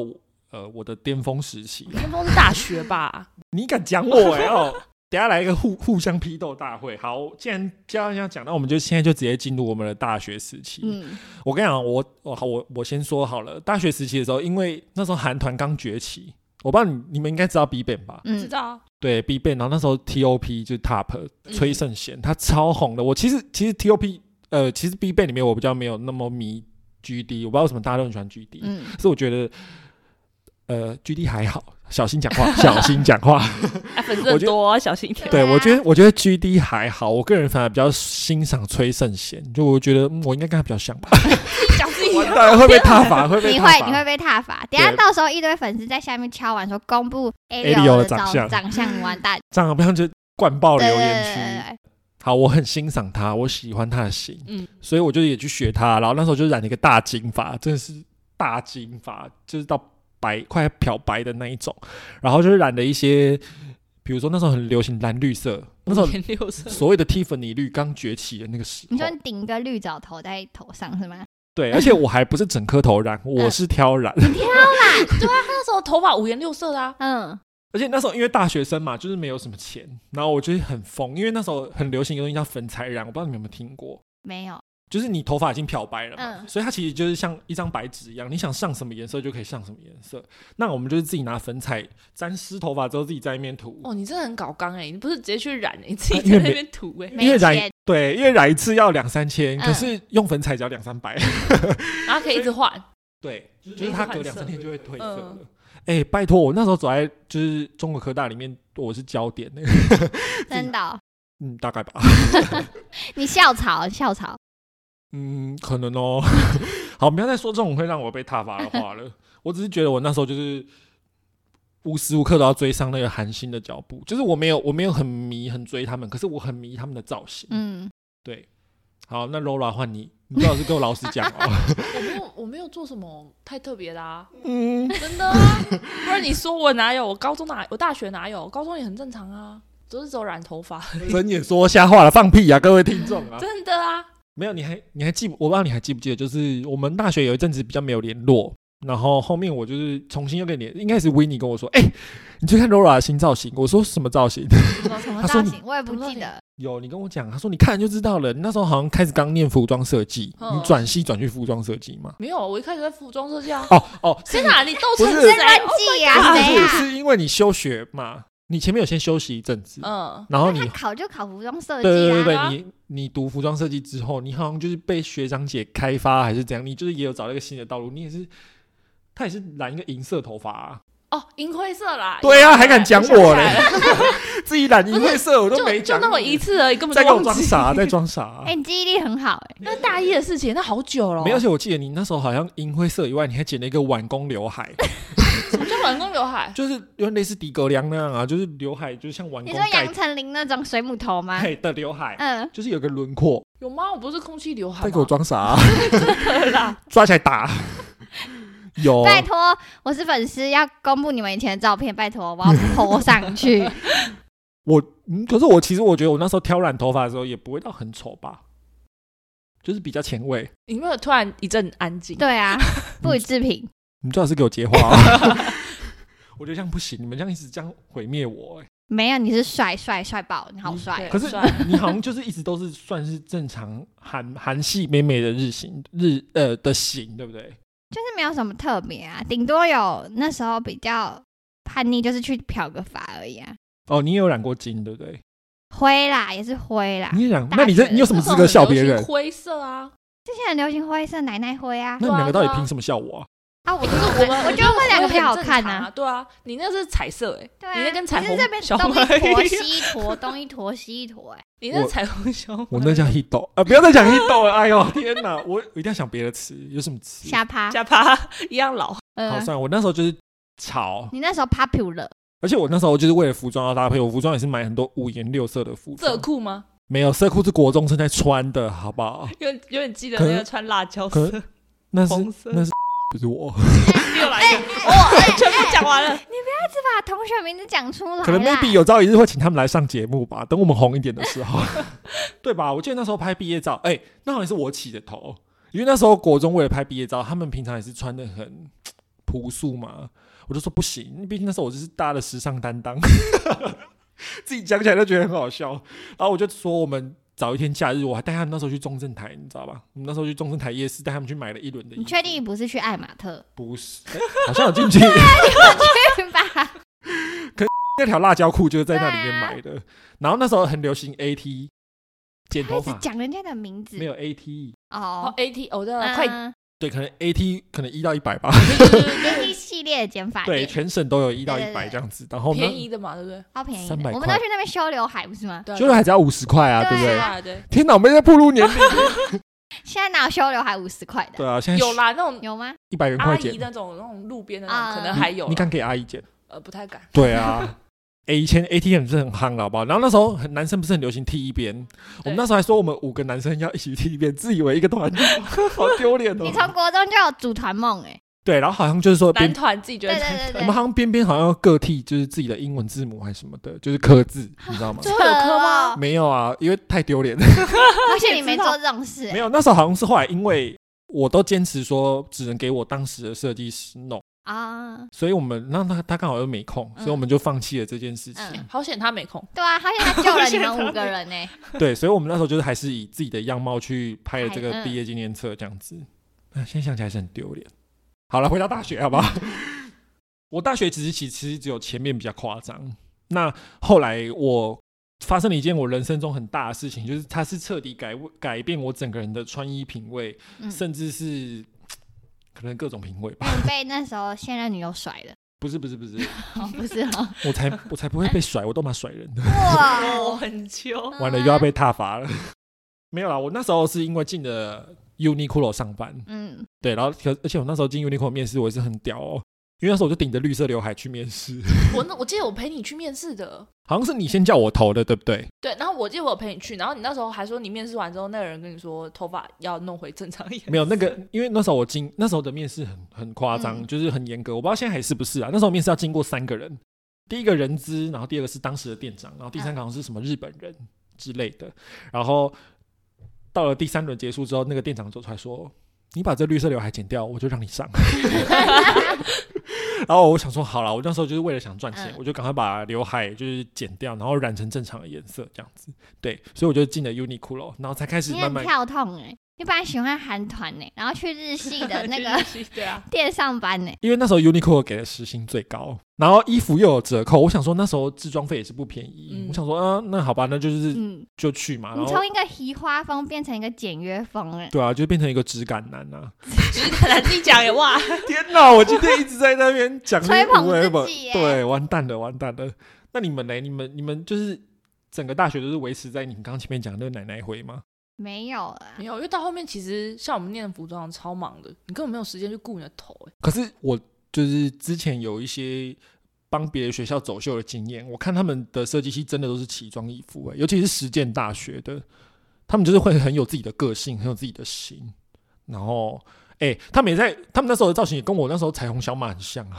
Speaker 1: 呃我的巅峰时期。
Speaker 3: 巅峰是大学吧？
Speaker 1: 你敢讲我哎、哦？等一下来一个互互相批斗大会。好，既然教大家讲，那我们就现在就直接进入我们的大学时期。
Speaker 2: 嗯，
Speaker 1: 我跟你讲，我我好我我先说好了，大学时期的时候，因为那时候韩团刚崛起，我不知道你你们应该知道 BIGBANG 吧？
Speaker 2: 嗯
Speaker 3: 知道啊，
Speaker 1: 对 BIGBANG，然后那时候 TOP 就是 TOP 崔
Speaker 3: 嗯
Speaker 1: 胜贤，他超红的。我其实其实 TOP 呃，其实 BIGBANG 里面我比较没有那么迷 GD，我不知道为什么大家都很喜欢 GD，、
Speaker 2: 嗯，
Speaker 1: 可是我觉得呃 GD 还好，小心讲话，小心讲话。
Speaker 3: 啊，粉丝很多哦，小心一点。
Speaker 1: 对，
Speaker 2: 对啊
Speaker 1: 我觉得我觉得 G D 还好，我个人反而比较欣赏崔胜贤，就我觉得、嗯我应该跟他比 较像吧。
Speaker 3: 讲自己啊
Speaker 1: 完蛋，会被踏伐，会被
Speaker 2: 你
Speaker 1: 踏
Speaker 2: 会
Speaker 1: 伐。
Speaker 2: 你会被踏伐，等一下
Speaker 1: 对
Speaker 2: 到时候一堆粉丝在下面敲完说公布 A
Speaker 1: A
Speaker 2: 六
Speaker 1: 六
Speaker 2: 的
Speaker 1: 的
Speaker 2: 长
Speaker 1: 长相
Speaker 2: 长相，完蛋，
Speaker 1: 这样不像就灌爆
Speaker 2: 对
Speaker 1: 留
Speaker 2: 对
Speaker 1: 言
Speaker 2: 对
Speaker 1: 区。
Speaker 2: 对对，
Speaker 1: 好，我很欣赏他，我喜欢他的型，
Speaker 3: 嗯
Speaker 1: 所以我就也去学他。然后那时候就染了一个大金发，真的是大金发，就是到白快漂白的那一种。然后就是染了一些，比如说那时候很流行蓝绿色，那时候
Speaker 3: 五颜六色，
Speaker 1: 所谓的蒂芙尼绿刚崛起的那个时
Speaker 2: 嗯你说
Speaker 1: 候
Speaker 2: 你。顶一个绿藻头在头上是吗？
Speaker 1: 对，而且我还不是整颗头染，
Speaker 2: 嗯
Speaker 1: 我是挑染。
Speaker 3: 那时候头发五颜六色的啊，
Speaker 2: 嗯，
Speaker 1: 而且那时候因为大学生嘛，就是没有什么钱，然后我就是很疯，因为那时候很流行一个东西叫粉彩染，我不知道你们有没有听过。
Speaker 2: 没有，
Speaker 1: 就是你头发已经漂白了嘛，
Speaker 2: 嗯
Speaker 1: 所以它其实就是像一张白纸一样，你想上什么颜色就可以上什么颜色。那我们就是自己拿粉彩沾湿头发之后，自己在那边涂。
Speaker 3: 哦，你真的很搞刚哎、你不是直接去染、欸，你自己
Speaker 1: 啊因
Speaker 3: 在
Speaker 1: 为
Speaker 3: 那
Speaker 1: 没
Speaker 3: 边涂哎、
Speaker 2: 没
Speaker 1: 因为染
Speaker 2: 钱
Speaker 1: 对，因为染一次要两三千，
Speaker 2: 嗯
Speaker 1: 可是用粉彩只要两三百。
Speaker 3: 然后可以一直换，
Speaker 1: 对，就是它隔两三天就会褪色了
Speaker 3: 嗯。
Speaker 1: 哎、拜托，我那时候走在就是中国科大里面，我是焦点 那个，
Speaker 2: 真的哦，
Speaker 1: 嗯，大概吧，
Speaker 2: 你校草校草，
Speaker 1: 嗯，可能哦。 好，不要再说这种会让我被踏伐的话了。 我只是觉得我那时候就是无时无刻都要追上那个韩星的脚步，就是我没有我没有很迷很追他们，可是我很迷他们的造型。
Speaker 2: 嗯，
Speaker 1: 对，好，那 Lola 换你，你最好是跟我老实讲哦。
Speaker 3: 我没有我没有做什么太特别的啊，
Speaker 1: 嗯，
Speaker 3: 真的啊，不然你说我哪有？我高中哪我大学哪有？高中也很正常啊，只是只有染头发，
Speaker 1: 睁眼说瞎话了，放屁啊，各位听众啊！
Speaker 3: 真的啊。
Speaker 1: 没有，你还你还记不？我不知道你还记不记得，就是我们大学有一阵子比较没有联络，然后后面我就是重新又跟你，应该是维尼跟我说，哎、你去看 Lola 的新造型。我说什么造型？
Speaker 2: 有什么
Speaker 1: 他说
Speaker 2: 造
Speaker 1: 你
Speaker 2: 型我也不记得，
Speaker 1: 有，你跟我讲，他说你看就知道了。你那时候好像开始刚念服装设计，
Speaker 3: 嗯
Speaker 1: 你转系转去服装设计吗？
Speaker 3: 没有，啊我一开始在服装设计啊。
Speaker 1: 哦哦，
Speaker 3: 天哪，你斗
Speaker 1: 不
Speaker 3: 成
Speaker 1: 是
Speaker 3: 这
Speaker 2: 真乱
Speaker 3: 样！
Speaker 2: 记
Speaker 1: 不
Speaker 2: 啊，
Speaker 1: 是
Speaker 2: 谁
Speaker 1: 不是，
Speaker 2: 啊？
Speaker 1: 是因为你休学嘛？你前面有先休息一阵子，
Speaker 3: 嗯，
Speaker 1: 然后你
Speaker 2: 他考就考服装设
Speaker 1: 对
Speaker 2: 计
Speaker 1: 对对
Speaker 2: 啊，
Speaker 1: 对，你你读服装设计之后，你好像就是被学长姐开发还是怎样，你就是也有找到一个新的道路，你也是。他也是染一个银色头发、啊，
Speaker 3: 哦，银灰色啦。
Speaker 1: 对
Speaker 3: 呀、
Speaker 1: 啊还敢讲
Speaker 3: 想起
Speaker 1: 我
Speaker 3: 来
Speaker 1: 嘞
Speaker 3: 了
Speaker 1: 自己染银
Speaker 3: 不
Speaker 1: 灰
Speaker 3: 是
Speaker 1: 色，我都没
Speaker 3: 就就
Speaker 1: 讲
Speaker 3: 那么
Speaker 1: 你
Speaker 3: 一次而已，根本
Speaker 1: 在
Speaker 3: 就
Speaker 1: 给我
Speaker 3: 忘
Speaker 1: 装
Speaker 3: 记。
Speaker 1: 傻，在装傻、啊
Speaker 2: 哎，你记忆力很好哎，
Speaker 3: 那大一的事情，那好久了哦。
Speaker 1: 没有，而且我记得你那时候好像银灰色以外，你还剪了一个挽弓刘海，
Speaker 3: 什么叫软工刘海？
Speaker 1: 就是有点类似狄格良那样啊，就是刘海就是像完
Speaker 2: 你
Speaker 1: 工
Speaker 2: 说
Speaker 1: 盖
Speaker 2: 杨丞琳那种水母头吗？
Speaker 1: 嘿的刘海，
Speaker 2: 嗯，
Speaker 1: 就是有个轮廓。
Speaker 3: 有吗？我不是空气刘海
Speaker 1: 再
Speaker 3: 吗。
Speaker 1: 给我装傻、啊，
Speaker 3: 对啦，
Speaker 1: 抓起来打。 有
Speaker 2: 拜托，我是粉丝，要公布你们以前的照片，拜托，我要泼上 去。
Speaker 1: 我、嗯，可是我其实我觉得我那时候挑染头发的时候也不会到很丑吧，就是比较前卫。
Speaker 3: 你有没有突然一阵安静？
Speaker 2: 对啊， 不予置评。
Speaker 1: 你最好是给我接话、啊， 我觉得这样不行，你们这样一直这样毁灭我、欸。
Speaker 2: 没有，你是帅帅帅爆，你好帅
Speaker 3: 对
Speaker 2: 哦。
Speaker 1: 可是
Speaker 3: 帅
Speaker 1: 你 好像就是一直都是算是正常韩韩系美美的日型日呃的型，对不对？
Speaker 2: 就是没有什么特别啊，顶多有那时候比较叛逆，就是去漂个发而已啊，
Speaker 1: 哦，你也有染过金，对不对？
Speaker 2: 灰啦也是灰啦。
Speaker 1: 你也染，
Speaker 2: 大
Speaker 1: 那你这
Speaker 2: 学
Speaker 1: 你有什
Speaker 3: 那
Speaker 1: 么
Speaker 3: 时
Speaker 1: 资
Speaker 3: 候
Speaker 1: 格
Speaker 3: 很
Speaker 1: 笑
Speaker 3: 流
Speaker 1: 别
Speaker 3: 行
Speaker 1: 人？
Speaker 3: 灰色啊，
Speaker 2: 之前很流行灰色奶奶灰啊，
Speaker 1: 那你们两个到
Speaker 3: 对
Speaker 1: 底
Speaker 3: 啊
Speaker 1: 凭什么笑我啊？
Speaker 2: 啊我
Speaker 3: 可是我们
Speaker 2: 我觉得那两个比较好看
Speaker 3: 呐、
Speaker 2: 啊。
Speaker 3: 对啊，你那是彩色哎、
Speaker 2: 对啊，
Speaker 3: 你那跟彩
Speaker 2: 你
Speaker 3: 虹
Speaker 2: 是这边
Speaker 3: 小
Speaker 2: 东
Speaker 3: 花
Speaker 2: 一坨
Speaker 3: 一样
Speaker 2: 西一坨，东一坨西一坨、哎，
Speaker 3: 你那
Speaker 1: 我
Speaker 3: 是彩虹熊。
Speaker 1: 我那叫 hit 啊、不要再讲 hit 了，哎呦天哪，我我一定要想别的词，有什么词？
Speaker 2: 瞎 趴。
Speaker 3: 加趴一样老，
Speaker 1: 好，
Speaker 2: 呃，
Speaker 1: 算了，我那时候就是潮，
Speaker 2: 你那时候 popular，
Speaker 1: 而且我那时候就是为了服装要搭配，我服装也是买很多五颜六色的服
Speaker 3: 色
Speaker 1: 装，
Speaker 3: 裤吗？
Speaker 1: 没有色裤是国中生在穿的，好不好？
Speaker 3: 有有点记得
Speaker 1: 可
Speaker 3: 那
Speaker 1: 能
Speaker 3: 个穿辣椒
Speaker 1: 可
Speaker 3: 色，
Speaker 1: 那是
Speaker 3: 红色。
Speaker 1: 那是不是我，
Speaker 3: 又来一个，哦，全部讲完了。
Speaker 2: 把同学名字讲出来啦，啊
Speaker 1: 可能 maybe 有朝一日会请他们来上节目吧，等我们红一点的时候， 对吧？我记得那时候拍毕业照，哎、那好像是我起的头，因为那时候国中为了拍毕业照，他们平常也是穿的很朴素嘛，我就说不行，毕竟那时候我就是搭的时尚担当， 自己讲起来都觉得很好笑。然后我就说我们。找一天假日，我还带他们那时候去中正台，你知道吧？我们那时候去中正台夜市，带他们去买了一轮的衣服。
Speaker 2: 你确定你不是去爱马特
Speaker 1: 不是？哎好像有 进去。
Speaker 2: 对吧？
Speaker 1: 那条辣椒裤就是在那里面买
Speaker 3: 啊
Speaker 1: 的。然后那时候很流行 AT 剪头
Speaker 2: 开始
Speaker 1: 发，
Speaker 2: 讲人家的名字
Speaker 1: 没有 AT，
Speaker 2: 哦
Speaker 3: 哦。，AT，我知
Speaker 2: 嗯
Speaker 3: 道了，快，
Speaker 1: 对，可能 AT 可能一到一百吧，
Speaker 3: 嗯
Speaker 2: 一系列的剪发
Speaker 1: 对，
Speaker 2: 店，
Speaker 1: 全省都有一到
Speaker 2: 对对
Speaker 1: 一
Speaker 2: 对
Speaker 1: 百这样子。然后呢
Speaker 3: 便，宜的嘛，对不对？
Speaker 2: 超便宜的。
Speaker 1: 300
Speaker 2: 我们
Speaker 1: 块
Speaker 2: 都去那边修刘海不是吗？
Speaker 3: 对啊，
Speaker 1: 修了还只要五十块啊，对不
Speaker 2: 对
Speaker 1: 对？
Speaker 2: 啊
Speaker 3: 啊，对，
Speaker 1: 天哪，我们在步入年 龄。
Speaker 2: 现在哪有修刘海五十块的？
Speaker 1: 对啊，现在
Speaker 3: 有啦，那种
Speaker 2: 有吗？
Speaker 1: 一百元
Speaker 3: 阿
Speaker 1: 块
Speaker 3: 姨
Speaker 1: 剪，
Speaker 3: 那种那种路边的
Speaker 2: 啊
Speaker 3: 那种，可能
Speaker 1: 你
Speaker 3: 还有
Speaker 1: 你
Speaker 3: 啦，
Speaker 1: 敢给阿姨剪？
Speaker 3: 呃，不太敢。
Speaker 1: 对啊。 哎，以前 ATM 是很夯的，好不好？然后那时候很男生不是很流行剃一边，我们那时候还说我们五个男生要一起剃一边，自以为一个团体，好丢脸
Speaker 2: 你
Speaker 1: 哦。
Speaker 2: 从国中就有组团梦哎，
Speaker 1: 对，然后好像就是说边
Speaker 3: 男团自己觉
Speaker 2: 对
Speaker 3: 得
Speaker 2: 对对
Speaker 1: 我
Speaker 2: 对
Speaker 1: 们，好像边边好像各剃就是自己的英文字母还是什么的，就是 刻字，你知道吗？
Speaker 3: 最后有科吗？
Speaker 1: 没有啊，因为太丢脸。
Speaker 2: 而且你没做这种事
Speaker 1: 没
Speaker 2: 欸，
Speaker 1: 有，那时候好像是后来因为我都坚持说只能给我当时的设计师弄，
Speaker 2: 啊？
Speaker 1: 所以我们那他他刚好又没空，所以我们就放弃了这件事情。
Speaker 2: 嗯，
Speaker 3: 好险他没空，
Speaker 2: 对啊，好像他 救了你们五个人 呢。
Speaker 1: 对，所以我们那时候就是还是以自己的样貌去拍了这
Speaker 2: 拍
Speaker 1: 个
Speaker 2: 嗯
Speaker 1: 毕业纪念册，这样子。那、啊现在想起来还是很丢脸。好了，回到大学好不 好？我大学其实其实只有前面比较夸张，那后来我发生了一件我人生中很大的事情，就是它是彻底改改变我整个人的穿衣品味，
Speaker 2: 嗯，
Speaker 1: 甚至是可能各种品味 吧。
Speaker 2: 那你被那时候现任女友甩了？
Speaker 1: 不是不是不是，
Speaker 2: 哦，不是哦，
Speaker 1: 我才我才不会被甩，我都蛮甩人的。
Speaker 3: 我
Speaker 2: 哇，
Speaker 3: 很秋。
Speaker 1: 完了又要被踏伐了。 没有啦，我那时候是因为进了 Uniqlo 上班，
Speaker 2: 嗯，
Speaker 1: 对，然后可而且我那时候进 Uniqlo 面试，我也是很屌哦，因为那时候我就顶着绿色刘海去面试，
Speaker 3: 我那我记得我陪你去面试的，
Speaker 1: 好像是你先叫我投的，对不对？
Speaker 3: 对，然后我记得我有陪你去，然后你那时候还说你面试完之后，那个人跟你说头发要弄回正常一点。
Speaker 1: 没有那 个，因为那时候我进那时候的面试很很夸张，
Speaker 2: 嗯
Speaker 1: 就是很严格，我不知道现在还是不是啊。那时候面试要经过三个人，第一个人资，然后第二个是当时的店长，然后第三个好像是什么日本人之类的。然后到了第三轮结束之后，那个店长走出来说：“你把这绿色刘海剪掉，我就让你 上。” 然后我想说，好了，我那时候就是为了想赚钱，
Speaker 2: 嗯
Speaker 1: 我就赶快把刘海就是剪掉，然后染成正常的颜色，这样子。对，所以我就进了 Uniqlo，然后才开始
Speaker 2: 你
Speaker 1: 慢
Speaker 2: 很
Speaker 1: 慢
Speaker 2: 跳痛哎，你本来喜欢韩团呢，然后去日系的那 个
Speaker 3: 去面试 对啊，
Speaker 2: 店上班呢，
Speaker 1: 因为那时候 Uniqlo 给的时薪最高，然后衣服又有折扣，我想说那时候制装费也是不便宜，
Speaker 3: 嗯
Speaker 1: 我想说啊，那好吧，那就是、
Speaker 2: 嗯，
Speaker 1: 就去嘛，然
Speaker 2: 你
Speaker 1: 后
Speaker 2: 从一个提花风变成一个简约风哎，
Speaker 1: 对啊，就变成一个质感男啊！
Speaker 3: 直男自己讲也哇，
Speaker 1: 天哪，我今天一直在那边讲这些
Speaker 2: 吹捧
Speaker 1: 无为吧
Speaker 2: 自己耶
Speaker 1: 对，完蛋了，完蛋了。那你们嘞？你们你们就是整个大学都是维持在你刚刚前面讲的那个奶奶回吗？
Speaker 2: 没有啊，
Speaker 3: 没有，因为到后面其实像我们念服装超忙的，你根本没有时间去顾你的头、欸。
Speaker 1: 可是我就是之前有一些帮别的学校走秀的经验，我看他们的设计系真的都是奇装异服、欸，尤其是实践大学的，他们就是会很有自己的个性，很有自己的型，然后。哎、他们也在，他们那时候的造型也跟我那时候彩虹小马很像啊。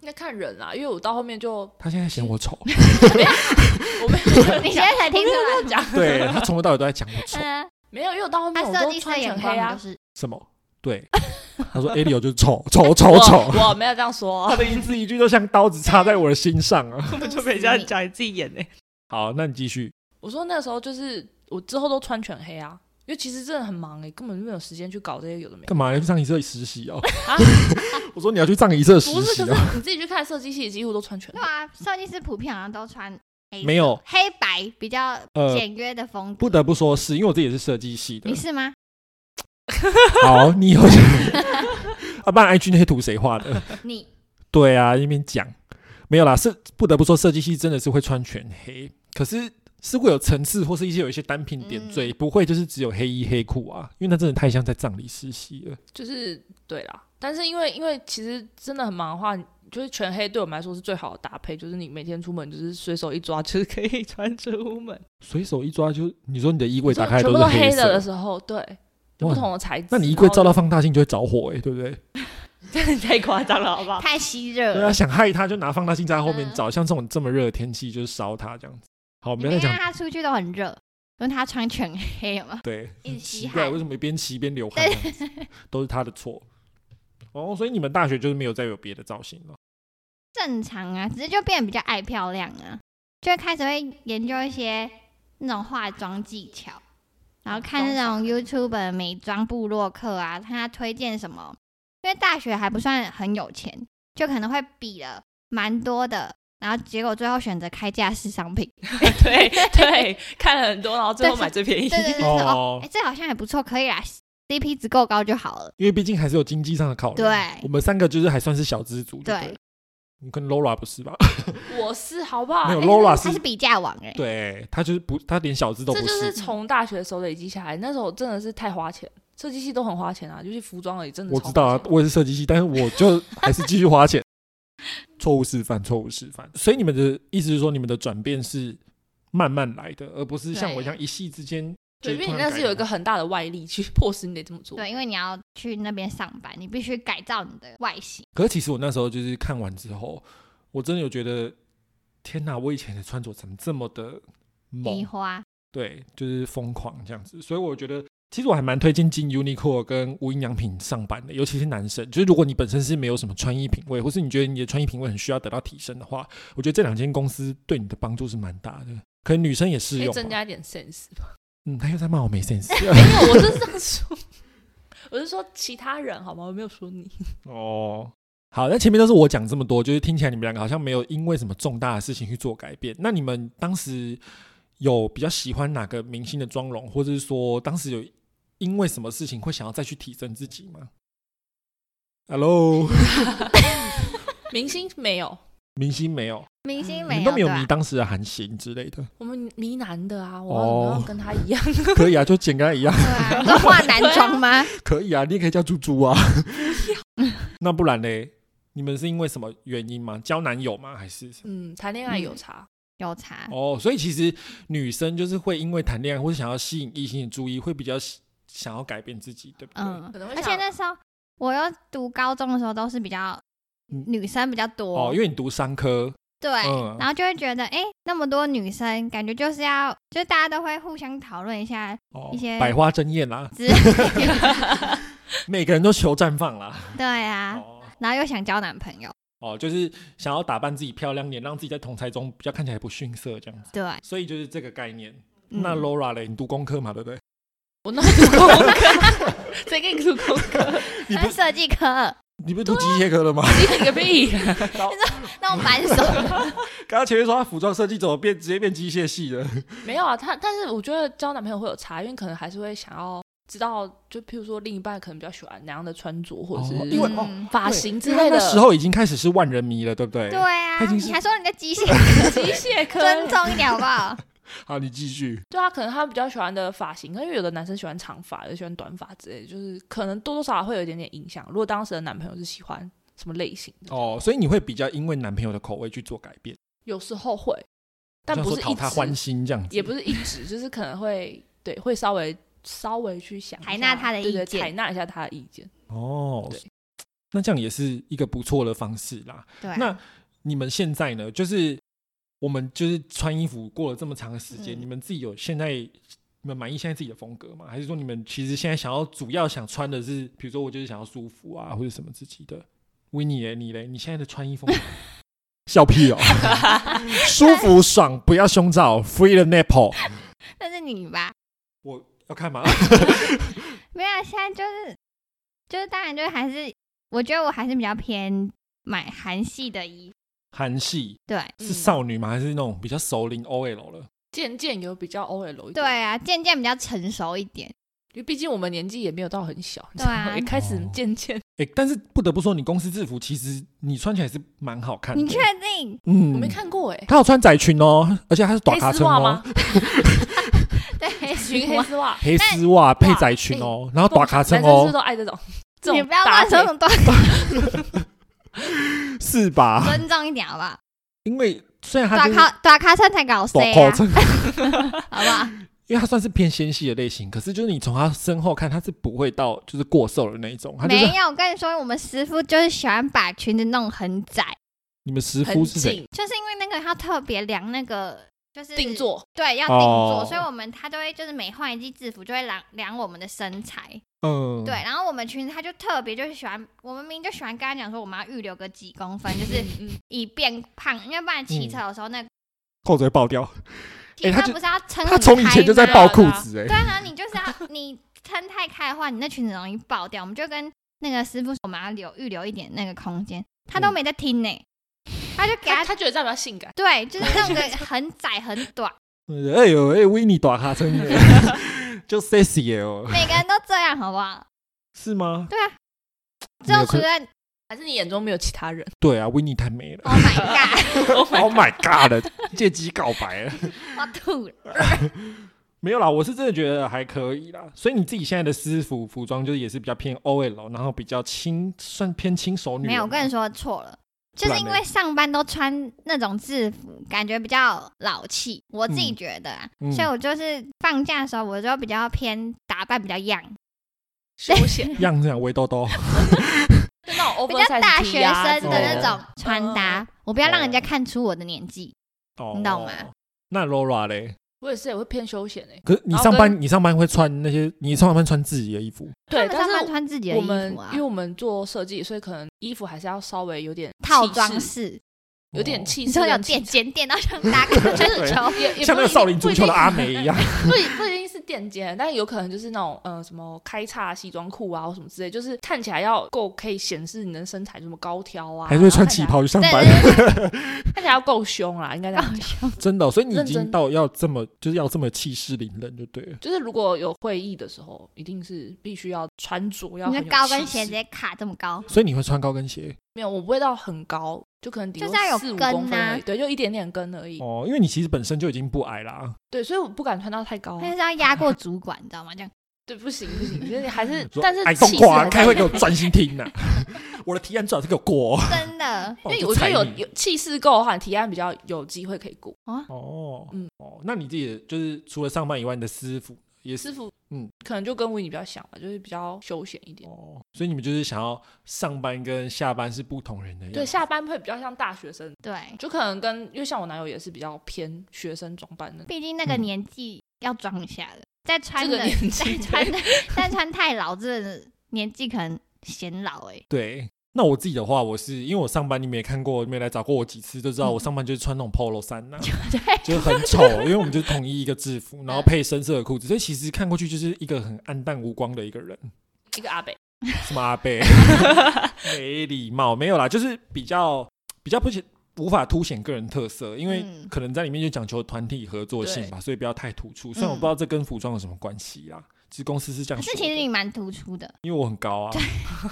Speaker 3: 那看人啦，因为我到后面就
Speaker 1: 他现在嫌我 丑，
Speaker 3: 我没有
Speaker 2: 你现在才听出
Speaker 3: 我
Speaker 2: 来
Speaker 3: 没有
Speaker 2: 吗
Speaker 3: 讲，
Speaker 1: 对他从头到尾都在讲我 丑
Speaker 2: 嗯，
Speaker 3: 没有，因为我到后面
Speaker 2: 他
Speaker 3: 我
Speaker 2: 设
Speaker 3: 都
Speaker 2: 计师的
Speaker 3: 穿
Speaker 2: 眼
Speaker 3: 全
Speaker 2: 光
Speaker 3: 黑啊
Speaker 2: 都，是
Speaker 1: 什么？ 对，他说 Alio 就是丑丑丑丑，
Speaker 3: 我我没有这样说
Speaker 1: 他，的一字一句都像刀子插在我的心上啊。
Speaker 3: 根本
Speaker 2: 就没这样
Speaker 3: 讲，你自己演呢、
Speaker 1: 好，那你继续。
Speaker 3: 我说那时候就是我之后都穿全黑啊，因为其实真的很忙哎、根本就没有时间去搞这些有的没的。
Speaker 1: 干嘛要去上一社实习哦？
Speaker 3: 啊
Speaker 1: 我说你要去上一社实
Speaker 3: 不是，
Speaker 1: 习
Speaker 3: 可
Speaker 1: 哦。
Speaker 3: 是你自己去看设计系，几乎都穿全
Speaker 2: 对
Speaker 3: 黑。
Speaker 2: 啊，设计师普遍好像都穿黑色
Speaker 1: 没有，
Speaker 2: 黑白比较
Speaker 1: 哦呃
Speaker 2: 简约的风格，
Speaker 1: 不得不说是因为我自己也是设计系的
Speaker 2: 你。是 吗？
Speaker 1: 好，你以后就 啊，不然 IG 那些图谁画的？
Speaker 2: 你
Speaker 1: 对啊，那边讲没有啦，是不得不说设计系真的是会穿全黑，可是是会有层次或是一些有一些单品点缀，不会就是只有黑衣黑裤啊，因为那真的太像在葬礼实习了。
Speaker 3: 就是对啦，但是因为因为其实真的很忙的话，就是全黑对我们来说是最好的搭配，就是你每天出门就是随手一抓，就是可以 穿出门。
Speaker 1: 随手一抓就，你说你的衣柜打开
Speaker 3: 全
Speaker 1: 都
Speaker 3: 部
Speaker 1: 是
Speaker 3: 都黑
Speaker 1: 色
Speaker 3: 的的时候，对，就不
Speaker 1: 哇
Speaker 3: 同的材质。
Speaker 1: 那你衣柜照到
Speaker 3: 然
Speaker 1: 放大镜就会着火哎、欸，对不对？
Speaker 3: 后就， 真的太夸张了，好不 好？
Speaker 2: 太吸热
Speaker 1: 对啊，
Speaker 2: 了，
Speaker 1: 想害它就拿放大镜在后面
Speaker 2: 嗯
Speaker 1: 照，像这种这么热的天气就是烧它这样子。好，
Speaker 2: 你
Speaker 1: 不要
Speaker 2: 没
Speaker 1: 再讲
Speaker 2: 看他出去都很热，因为他穿全黑 嘛，
Speaker 1: 对，
Speaker 2: 一直
Speaker 1: 奇
Speaker 2: 吸
Speaker 1: 怪，
Speaker 2: 汗
Speaker 1: 为。什么一边骑一边流汗这样子？都是他的错。哦，所以你们大学就是没有再有别的造型了。
Speaker 2: 正常啊，只是就变得比较爱漂亮啊，就会开始会研究一些那种化妆技巧，然后看那种 YouTube 的美妆部落客啊，看他推荐什么。因为大学还不算很有钱，就可能会比了蛮多的，然后结果最后选择开价式商 品。
Speaker 3: 对对，看了很多，然后最后
Speaker 2: 对
Speaker 3: 买最便宜
Speaker 2: 对。对对对，哦，哎、
Speaker 1: 哦，
Speaker 2: 这好像也不错，可以啦， CP 值够高就好了。
Speaker 1: 因为毕竟还是有经济上的考量。
Speaker 2: 对
Speaker 1: 我们三个就是还算是小资族就对
Speaker 2: 对
Speaker 1: 了。，我跟 Laura 不是吧？
Speaker 3: 我是好不好？
Speaker 1: 没有
Speaker 3: 哎
Speaker 1: ，Laura
Speaker 2: 他是
Speaker 1: 是，
Speaker 2: 比价王哎、
Speaker 1: 对他就是不，他连小资都不
Speaker 3: 这就是从大学的时候累积下来，那时候真的是太花钱，设计系都很花钱啊，就是服装而已，真的
Speaker 1: 我
Speaker 3: 超
Speaker 1: 知道
Speaker 3: 花
Speaker 1: 啊
Speaker 3: 钱，
Speaker 1: 我也是设计系，但是我 就还是继续花钱。错误示范，错误示范。所以你们的意思是说，你们的转变是慢慢来的，而不是像我一样一夕之间就
Speaker 3: 对，
Speaker 1: 突
Speaker 3: 因为
Speaker 1: 然改
Speaker 3: 你
Speaker 1: 变。
Speaker 3: 那是有一个很大的外力去迫使你得这么做。
Speaker 2: 对，因为你要去那边上班，你必须改造你的外形。
Speaker 1: 可是其实我那时候就是看完之后，我真的有觉得，天哪！我以前的穿着怎么这么的
Speaker 2: 梨
Speaker 1: 猛？
Speaker 2: 花，
Speaker 1: 对，就是疯狂这样子。所以我觉得，其实我还蛮推荐进 Uniqlo 跟无印良品上班的，尤其是男生。就是如果你本身是没有什么穿衣品味，或是你觉得你的穿衣品味很需要得到提升的话，我觉得这两间公司对你的帮助是蛮大的。可能女生也适
Speaker 3: 可以
Speaker 1: 用
Speaker 3: 增
Speaker 1: 吧。
Speaker 3: 加一点 sense 吧。
Speaker 1: 嗯，他又在骂我没 sense。
Speaker 3: 没有，我是这样说，我是说其他人好吗？我没有说 你。
Speaker 1: 哦，好，那前面都是我讲这么多，就是听起来你们两个好像没有因为什么重大的事情去做改变。那你们当时有比较喜欢哪个明星的妆容，或者是说当时有因为什么事情会想要再去提升自己吗？Hello，
Speaker 3: 明星没有，
Speaker 1: 明星没有，
Speaker 2: 明星没
Speaker 1: 你们
Speaker 2: 有
Speaker 1: 都没有啊
Speaker 2: 对吧
Speaker 1: 迷当时的韩星之类的，
Speaker 3: 我们迷男的啊，我
Speaker 1: 哦
Speaker 3: 要怎么样跟他一样？
Speaker 1: 可以啊，就简单一样，
Speaker 2: 对啊，你都化男装吗？
Speaker 1: 可以啊，你也可以叫猪猪 啊。那不然嘞，你们是因为什么原因吗？交男友吗？还是什么？
Speaker 3: 嗯，谈恋爱有差，
Speaker 2: 有差，
Speaker 1: 哦，所以其实女生就是会因为谈恋爱或者想要吸引异性的注意，会比较喜想要改变自己，对不对？
Speaker 2: 嗯
Speaker 3: 可能，会
Speaker 2: 而
Speaker 3: 想
Speaker 2: 且那时候我又读高中的时候都是比较
Speaker 1: 嗯
Speaker 2: 女生比较多，
Speaker 1: 哦，因为你读商科，
Speaker 2: 对，
Speaker 1: 嗯
Speaker 2: 然后就会觉得哎、诶那么多女生，感觉就是要，就是大家都会互相讨论一下
Speaker 1: 哦
Speaker 2: 一些
Speaker 1: 百花争艳啦，
Speaker 2: 之类的，
Speaker 1: 每个人都求绽放啦。
Speaker 2: 对啊，
Speaker 1: 哦
Speaker 2: 然后又想交男朋友，
Speaker 1: 哦，就是想要打扮自己漂亮点，让自己在同才中比较看起来不逊色这样子。
Speaker 2: 对，
Speaker 1: 所以就是这个概念。
Speaker 2: 嗯啊
Speaker 1: 那 Laura 嘞，你读工科嘛，对不对？
Speaker 3: 我那读工科， 谁给你读工科？
Speaker 1: 你不
Speaker 2: 那设计科，
Speaker 1: 你不是读机械科的吗？
Speaker 3: 你个屁！
Speaker 2: 那种白手，
Speaker 1: 刚刚前面说他服装设计怎么变直接变机械系的？
Speaker 3: 没有啊，他但是我觉得交男朋友会有差，因为可能还是会想要知道，就譬如说另一半可能比较喜欢哪样的穿着，或者
Speaker 1: 哦因为
Speaker 3: 是
Speaker 1: 哦
Speaker 2: 嗯
Speaker 3: 发型之
Speaker 1: 因为
Speaker 3: 类
Speaker 1: 他
Speaker 3: 的。
Speaker 1: 那时候已经开始是万人迷了，对不对？
Speaker 2: 对。啊
Speaker 1: 哎他已，经是
Speaker 2: 你还说人家机 械，
Speaker 3: 机械 科，
Speaker 2: 尊重一点好不好？
Speaker 1: 好，你继续。
Speaker 3: 对啊，可能他比较喜欢的发型，因为有的男生喜欢长发，有的喜欢短发之类的，就是可能多多少少会有一点点影响。如果当时的男朋友是喜欢什么类型的，
Speaker 1: 哦，所以你会比较因为男朋友的口味去做改变。
Speaker 3: 有时候会，但
Speaker 1: 像
Speaker 3: 不
Speaker 1: 说
Speaker 3: 是
Speaker 1: 讨
Speaker 3: 一
Speaker 1: 他欢
Speaker 3: 直，
Speaker 1: 心这样子，
Speaker 3: 也不是一直，就是可能会对，会稍微稍微去想一下
Speaker 2: 采纳他的
Speaker 3: 对对
Speaker 2: 意见
Speaker 3: 采纳一下他的意见。
Speaker 1: 哦
Speaker 3: 对。
Speaker 1: 那这样也是一个不错的方式啦。
Speaker 2: 对 啊，
Speaker 1: 那你们现在呢？就是我们就是穿衣服过了这么长的时间，
Speaker 3: 嗯
Speaker 1: 你们自己有现在你们满意现在自己的风格吗？还是说你们其实现在想要主要想穿的是，比如说我就是想要舒服啊，或者什么自己的？维尼嘞，你嘞，你现在的穿衣 风格？笑屁哦，舒服爽，不要胸罩，free the nipple，
Speaker 2: 那是你吧？
Speaker 1: 要看吗？
Speaker 2: 没有，啊现在就是就是，当然就是还是，我觉得我还是比较偏买韩系的衣服，
Speaker 1: 韩系
Speaker 2: 对
Speaker 1: 是
Speaker 3: 嗯
Speaker 1: 少女吗？还是那种比较熟龄 OL 了？
Speaker 3: 渐渐有比较 OL 一点，
Speaker 2: 对，啊，渐渐比较成熟一点，
Speaker 3: 因为毕竟我们年纪也没有到很小，
Speaker 2: 对啊
Speaker 3: 也开始渐渐。
Speaker 1: 哎、但是不得不说，你公司制服其实你穿起来是蛮好看的。
Speaker 2: 你确定？
Speaker 1: 嗯，
Speaker 3: 我没。看过哎、
Speaker 1: 他有穿窄裙哦，而且他是短
Speaker 3: 黑
Speaker 1: 卡
Speaker 3: 丝
Speaker 1: 车
Speaker 3: 袜
Speaker 1: 哦
Speaker 3: 吗，？
Speaker 2: 对，
Speaker 3: 裙黑丝袜，哎
Speaker 1: 黑丝袜配窄裙哦，然后短卡车
Speaker 3: 男生是不是
Speaker 1: 哦，
Speaker 3: 都爱这种，这
Speaker 2: 你
Speaker 3: 种
Speaker 2: 不要
Speaker 3: 搭
Speaker 2: 乱说
Speaker 3: 配
Speaker 2: 那么多，
Speaker 1: 是吧？
Speaker 2: 尊重一点好不好？
Speaker 1: 因为虽然他
Speaker 2: 短
Speaker 1: 就是
Speaker 3: 啊
Speaker 2: 卡短卡车才搞 C
Speaker 1: 短
Speaker 2: 啊
Speaker 1: 卡，车，
Speaker 2: 好不好？
Speaker 1: 因为他算是偏纤细的类型，可是就是你从他身后看，他是不会到就是过瘦的那一种。他就是
Speaker 2: 没有，我跟你说，我们师傅就是喜欢把裙子弄很窄，
Speaker 1: 你们师
Speaker 3: 很
Speaker 1: 傅是谁？
Speaker 3: 紧
Speaker 2: 就是因为那个要特别量那个，就是
Speaker 3: 定，做，
Speaker 2: 对，要定做，
Speaker 1: 哦
Speaker 2: 所以我们他就会就是每换一季制服就会量量我们的身材，
Speaker 1: 嗯，
Speaker 2: 对，，然后我们裙子他就特别就是喜欢，我们明明就喜欢跟他讲说我们要预留个几公分，就是
Speaker 3: 嗯嗯
Speaker 2: 以变胖，因为不然骑车的时候那个
Speaker 1: 扣子会爆掉。
Speaker 2: 骑
Speaker 1: 嗯哎他
Speaker 2: 车
Speaker 1: 就
Speaker 2: 不是要撑
Speaker 1: 他
Speaker 2: 很
Speaker 1: 从以
Speaker 2: 开
Speaker 1: 前就在
Speaker 2: 吗
Speaker 1: 爆裤子哎、
Speaker 2: 对啊，然后你就是要你撑太开的话，你那裙子容易爆掉。我们就跟那个师傅说，我们要留预留一点那个空间，他都
Speaker 1: 嗯
Speaker 2: 没在听呢、他就给
Speaker 3: 他
Speaker 2: 他
Speaker 3: 他觉得这样比较性感，
Speaker 2: 对，就是弄个很窄很短，
Speaker 1: 哎呦哎，维尼短卡车呢， 就 sexy 哦，
Speaker 2: 每个人都这样，好不好？
Speaker 1: 是吗？
Speaker 2: 对啊，只
Speaker 1: 没
Speaker 2: 有
Speaker 1: 有
Speaker 2: 除
Speaker 1: 可
Speaker 2: 了
Speaker 3: 还是你眼中没有其 他人
Speaker 1: 对啊，维尼太美了
Speaker 2: Oh my
Speaker 3: ？Oh my
Speaker 1: ，Oh my god，了借机告白了。
Speaker 2: God，我吐了。
Speaker 1: 没有啦，我是真的觉得还可以啦。所以你自己现在的私服服装就是也是比较偏 OL，然后比较轻，算偏轻熟女。
Speaker 2: 没有，我跟你，说错了。就是因
Speaker 1: 不然
Speaker 2: 为
Speaker 1: 呢
Speaker 2: 上班都穿那种制服，感觉比较老气，我自己
Speaker 1: 嗯
Speaker 2: 觉得啊，
Speaker 1: 嗯
Speaker 2: 所以我就是放假的时候，我就比较偏打扮比较样，
Speaker 3: 休闲，
Speaker 1: 样子啊，围兜兜，
Speaker 3: 就那种 o
Speaker 2: 比
Speaker 3: v
Speaker 2: 较
Speaker 3: e
Speaker 2: 大学生
Speaker 1: 之
Speaker 2: 的那
Speaker 1: 类的
Speaker 2: 种穿
Speaker 3: 嗯
Speaker 2: 搭，我不要让人家看出我的年纪。
Speaker 1: 哦，
Speaker 2: 你懂吗？
Speaker 1: 那 Laura 嘞？
Speaker 3: 我也是也会偏休闲诶。
Speaker 1: 可是你
Speaker 3: 然后
Speaker 1: 上班，你上班会穿那些，你上班穿自己的衣服，
Speaker 3: 对，
Speaker 2: 他们
Speaker 3: 但
Speaker 2: 上班
Speaker 3: 是
Speaker 2: 穿自己的
Speaker 3: 我
Speaker 2: 衣
Speaker 3: 们
Speaker 2: 服啊
Speaker 3: 因为，我们做设计，所以可能衣服还是要稍微有点
Speaker 2: 套
Speaker 3: 气
Speaker 2: 装
Speaker 3: 势
Speaker 2: 式，
Speaker 3: 有
Speaker 1: 哦
Speaker 3: 点气
Speaker 2: 你
Speaker 3: 势
Speaker 2: 说
Speaker 3: 跟气质，
Speaker 2: 有垫肩垫到像打个
Speaker 3: 就是
Speaker 2: 球，
Speaker 3: 也也不
Speaker 1: 像那
Speaker 3: 一
Speaker 1: 个
Speaker 3: 定
Speaker 1: 少林足球的阿，
Speaker 3: 不
Speaker 1: 美
Speaker 3: 一
Speaker 1: 一
Speaker 3: 定
Speaker 1: 样。
Speaker 3: 不一不一定是垫肩，但有可能就是那种呃什么开叉西装裤啊或什么之类，就是看起来要够可以显示你的身材，什么高挑啊，
Speaker 1: 还是会
Speaker 3: 然后
Speaker 1: 穿
Speaker 3: 看起
Speaker 1: 旗
Speaker 3: 来，
Speaker 1: 袍去上
Speaker 2: 对
Speaker 1: 班，
Speaker 2: 对对
Speaker 3: 看起来要够凶啦，应该这
Speaker 2: 对，
Speaker 3: 样
Speaker 2: 好
Speaker 3: 讲。
Speaker 2: 笑。
Speaker 1: 真的哦、所以你已
Speaker 3: 认
Speaker 1: 经
Speaker 3: 真
Speaker 1: 到要这么，就是要这么气势凌人就对了。
Speaker 3: 就是如果有会议的时候，一定是必须要穿着要
Speaker 2: 你
Speaker 3: 很
Speaker 2: 的
Speaker 3: 有
Speaker 2: 高跟鞋
Speaker 3: 气
Speaker 2: 直
Speaker 3: 势，哦
Speaker 2: 接卡这么高，
Speaker 1: 所以你会穿高跟鞋
Speaker 3: 没有我不会到很高，就可能顶
Speaker 2: 就是要有
Speaker 3: 多四五
Speaker 2: 跟
Speaker 3: 公分而已，
Speaker 2: 啊
Speaker 3: 对，就一点点跟而已，
Speaker 1: 哦，因为你其实本身就已经不矮啦。
Speaker 3: 对，所以我不敢穿到太高啊，
Speaker 2: 他就是要压过主管，你知道吗？这样
Speaker 3: 对，不行不行，就是还是
Speaker 1: 说哎
Speaker 3: 但是
Speaker 1: 矮
Speaker 3: 气
Speaker 1: 冬
Speaker 3: 势
Speaker 1: 瓜，
Speaker 3: 还
Speaker 1: 啊开
Speaker 3: 是
Speaker 1: 会给我专心听 呐、我的提案最好是给我过哦、
Speaker 2: 真的，
Speaker 1: 不然
Speaker 3: 因为
Speaker 1: 就
Speaker 3: 我觉得
Speaker 1: 裁
Speaker 3: 有
Speaker 1: 你
Speaker 3: 有气势够的话，提案比较有机会可以过。
Speaker 1: 哦，
Speaker 3: 嗯
Speaker 1: 哦，那你自己的就是除了上班以外，你的私服也是
Speaker 3: 师傅，
Speaker 1: 嗯
Speaker 3: 嗯，可能就跟维尼比较像吧，就是比较休闲一点。
Speaker 1: 哦，所以你们就是想要上班跟下班是不同人的样子。
Speaker 3: 对，下班会比较像大学生，
Speaker 2: 对，
Speaker 3: 就可能跟因为像我男友也是比较偏学生装扮的，
Speaker 2: 毕竟
Speaker 1: 嗯
Speaker 2: 那个年纪要装一下的，再穿
Speaker 3: 这
Speaker 2: 的
Speaker 3: 个年纪
Speaker 2: 再 穿的再穿太老，这个年纪可能显老哎。
Speaker 1: 对那我自己的话，我是因为我上班你们也看过，你们也来找过我几次，就知
Speaker 3: 嗯
Speaker 1: 道我上班就是穿那种 polo 衫 呐、 就是很丑，因为我们就是统一一个制服，
Speaker 3: 嗯
Speaker 1: 然后配深色的裤子，所以其实看过去就是一个很暗淡无光的一个人。
Speaker 3: 一个阿北，
Speaker 1: 什么阿贝， 没礼貌，没有啦，就是比较比较不显无法凸显个人特色，因为
Speaker 2: 嗯
Speaker 1: 可能在里面就讲求团体合作性吧，所以不要太突出。虽然我不知道这跟服装有什么关系啦，其实公司是
Speaker 2: 嗯
Speaker 1: 这
Speaker 2: 可
Speaker 1: 样
Speaker 2: 是
Speaker 1: 说
Speaker 2: 其实你
Speaker 1: 的，
Speaker 2: 蛮突出的，
Speaker 1: 因为我很高啊，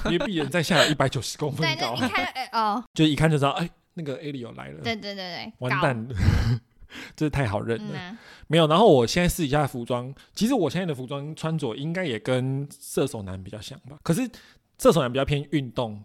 Speaker 1: 因为鄙人在下有一百九十公分
Speaker 2: 对，那
Speaker 1: 高啊
Speaker 2: 你，看，哎 哦，
Speaker 1: 就一看就知道，哎，那个 A 里有来了，
Speaker 2: 对对对对，
Speaker 1: 完
Speaker 2: 高，
Speaker 1: 蛋了。 这太好认
Speaker 2: 嗯
Speaker 1: 了，
Speaker 2: 啊，
Speaker 1: 没有。然后我现在试一下服装，其实我现在的服装穿着应该也跟射手男比较像吧，可是射手男比较偏运动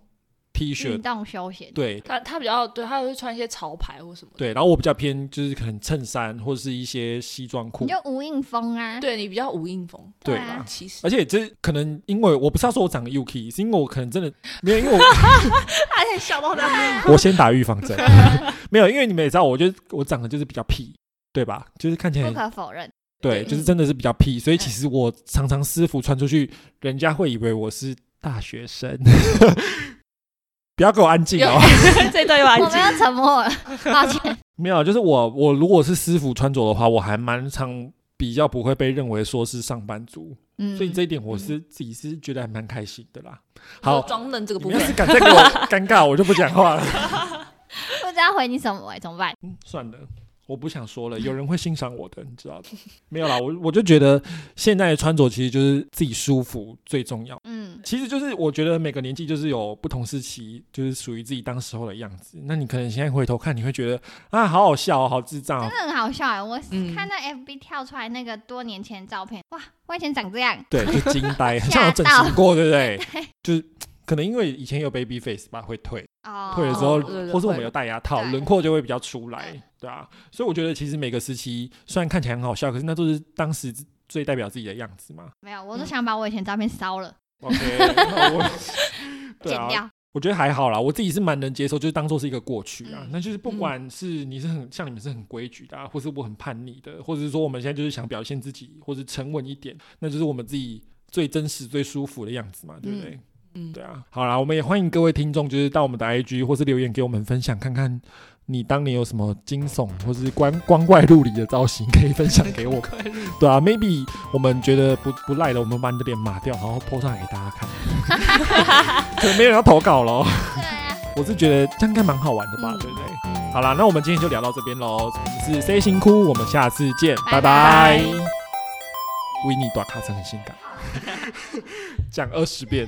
Speaker 1: T 恤
Speaker 2: 运动休闲，
Speaker 1: 对
Speaker 3: 他他比较对，他会穿一些潮牌或什么的。
Speaker 1: 对，然后我比较偏就是可能衬衫或者是一些西装裤
Speaker 2: 你，就无印风
Speaker 1: 嗯
Speaker 2: 啊，
Speaker 3: 对你比较无印风，
Speaker 1: 对
Speaker 2: 啊
Speaker 1: 啦。
Speaker 3: 其实
Speaker 1: 而且这可能因为我不是要说我长得 UK，是因为我可能真的没有，因为我
Speaker 3: 他也笑到那，
Speaker 1: 我先打预防针，
Speaker 2: 啊
Speaker 1: 没有，因为你们也知道，我就我长得就是比较屁， 对吧？就是看起
Speaker 2: 不
Speaker 1: 来
Speaker 2: 可否 认，
Speaker 1: 对，
Speaker 2: 对
Speaker 1: 就是真的是比较屁，所以其实我常常私服穿出去，人家会以为我是大学生。不要给我安静哦！
Speaker 3: 这段又安
Speaker 2: 我
Speaker 3: 静
Speaker 2: 们。要沉默了，抱歉，
Speaker 1: 没有，啊就是我我如果是私服穿着的话，我还蛮常比较不会被认为说是上班族。
Speaker 2: 嗯
Speaker 1: 所，以这一点我是自己是觉得还蛮开心的啦。
Speaker 3: 说
Speaker 1: 好，
Speaker 3: 装嫩这个
Speaker 1: 你
Speaker 3: 部
Speaker 1: 们要是敢
Speaker 3: 分，
Speaker 1: 再给我尴尬，我就不讲话了。
Speaker 2: 不知道回你什么哎，怎么办？
Speaker 1: 嗯算了，我不想说了，有人会欣赏我的，你知道的。没有啦，我我就觉得现在的穿着其实就是自己舒服最重要。
Speaker 2: 嗯，
Speaker 1: 其实就是我觉得每个年纪就是有不同时期，就是属于自己当时候的样子。那你可能现在回头看，你会觉得啊，好好笑、哦，好智
Speaker 2: 真
Speaker 1: 障、 哦。
Speaker 2: 的很好笑哎，我
Speaker 3: 嗯
Speaker 2: 看到 FB 跳出来那个多年前的照片，哇，我以前长这样，
Speaker 1: 对，就惊呆，很像有整形过， 对不对？就是可能因为以前有 baby face 吧，会退。
Speaker 2: 哦，
Speaker 1: 退了之后
Speaker 3: 哦对，对
Speaker 1: 或是我们
Speaker 3: 会
Speaker 1: 有戴牙套，
Speaker 2: 对
Speaker 1: 轮廓就会比较出来
Speaker 2: 对，
Speaker 1: 对啊。所以我觉得其实每个时期虽然看起来很好笑，可是那都是当时最代表自己的样子嘛。
Speaker 2: 没有，我都想把我以前照片烧了，
Speaker 1: OK，那 我对
Speaker 2: 剪
Speaker 1: 啊，
Speaker 2: 掉，
Speaker 1: 我觉得还好啦，我自己是蛮能接受，就是当做是一个过去啊。
Speaker 2: 嗯
Speaker 1: 那就是不管是你是很像你们是很规矩的、啊，或是我很叛逆的，或者是说我们现在就是想表现自己，或者沉稳一点，那就是我们自己最真实、最舒服的样子嘛，对不对？
Speaker 3: 嗯
Speaker 1: 对，啊，好啦，我们也欢迎各位听众，就是到我们的 IG 或是留言给我们分享，看看你当年有什么惊悚或是光光怪陆离的造型可以分享给我们。对啊，maybe 我们觉得不不赖的，我们把你的脸码掉，然后 po 上给大家看。 可能没人要投稿喽，
Speaker 2: 对啊，
Speaker 1: 我是觉得这样应该蛮好玩的吧，
Speaker 3: 嗯
Speaker 1: 对不对？好啦，那我们今天就聊到这边喽，我们是 C 辛苦，我们下次见，
Speaker 2: 拜拜
Speaker 1: 拜拜维尼短卡层很性感，讲二十遍。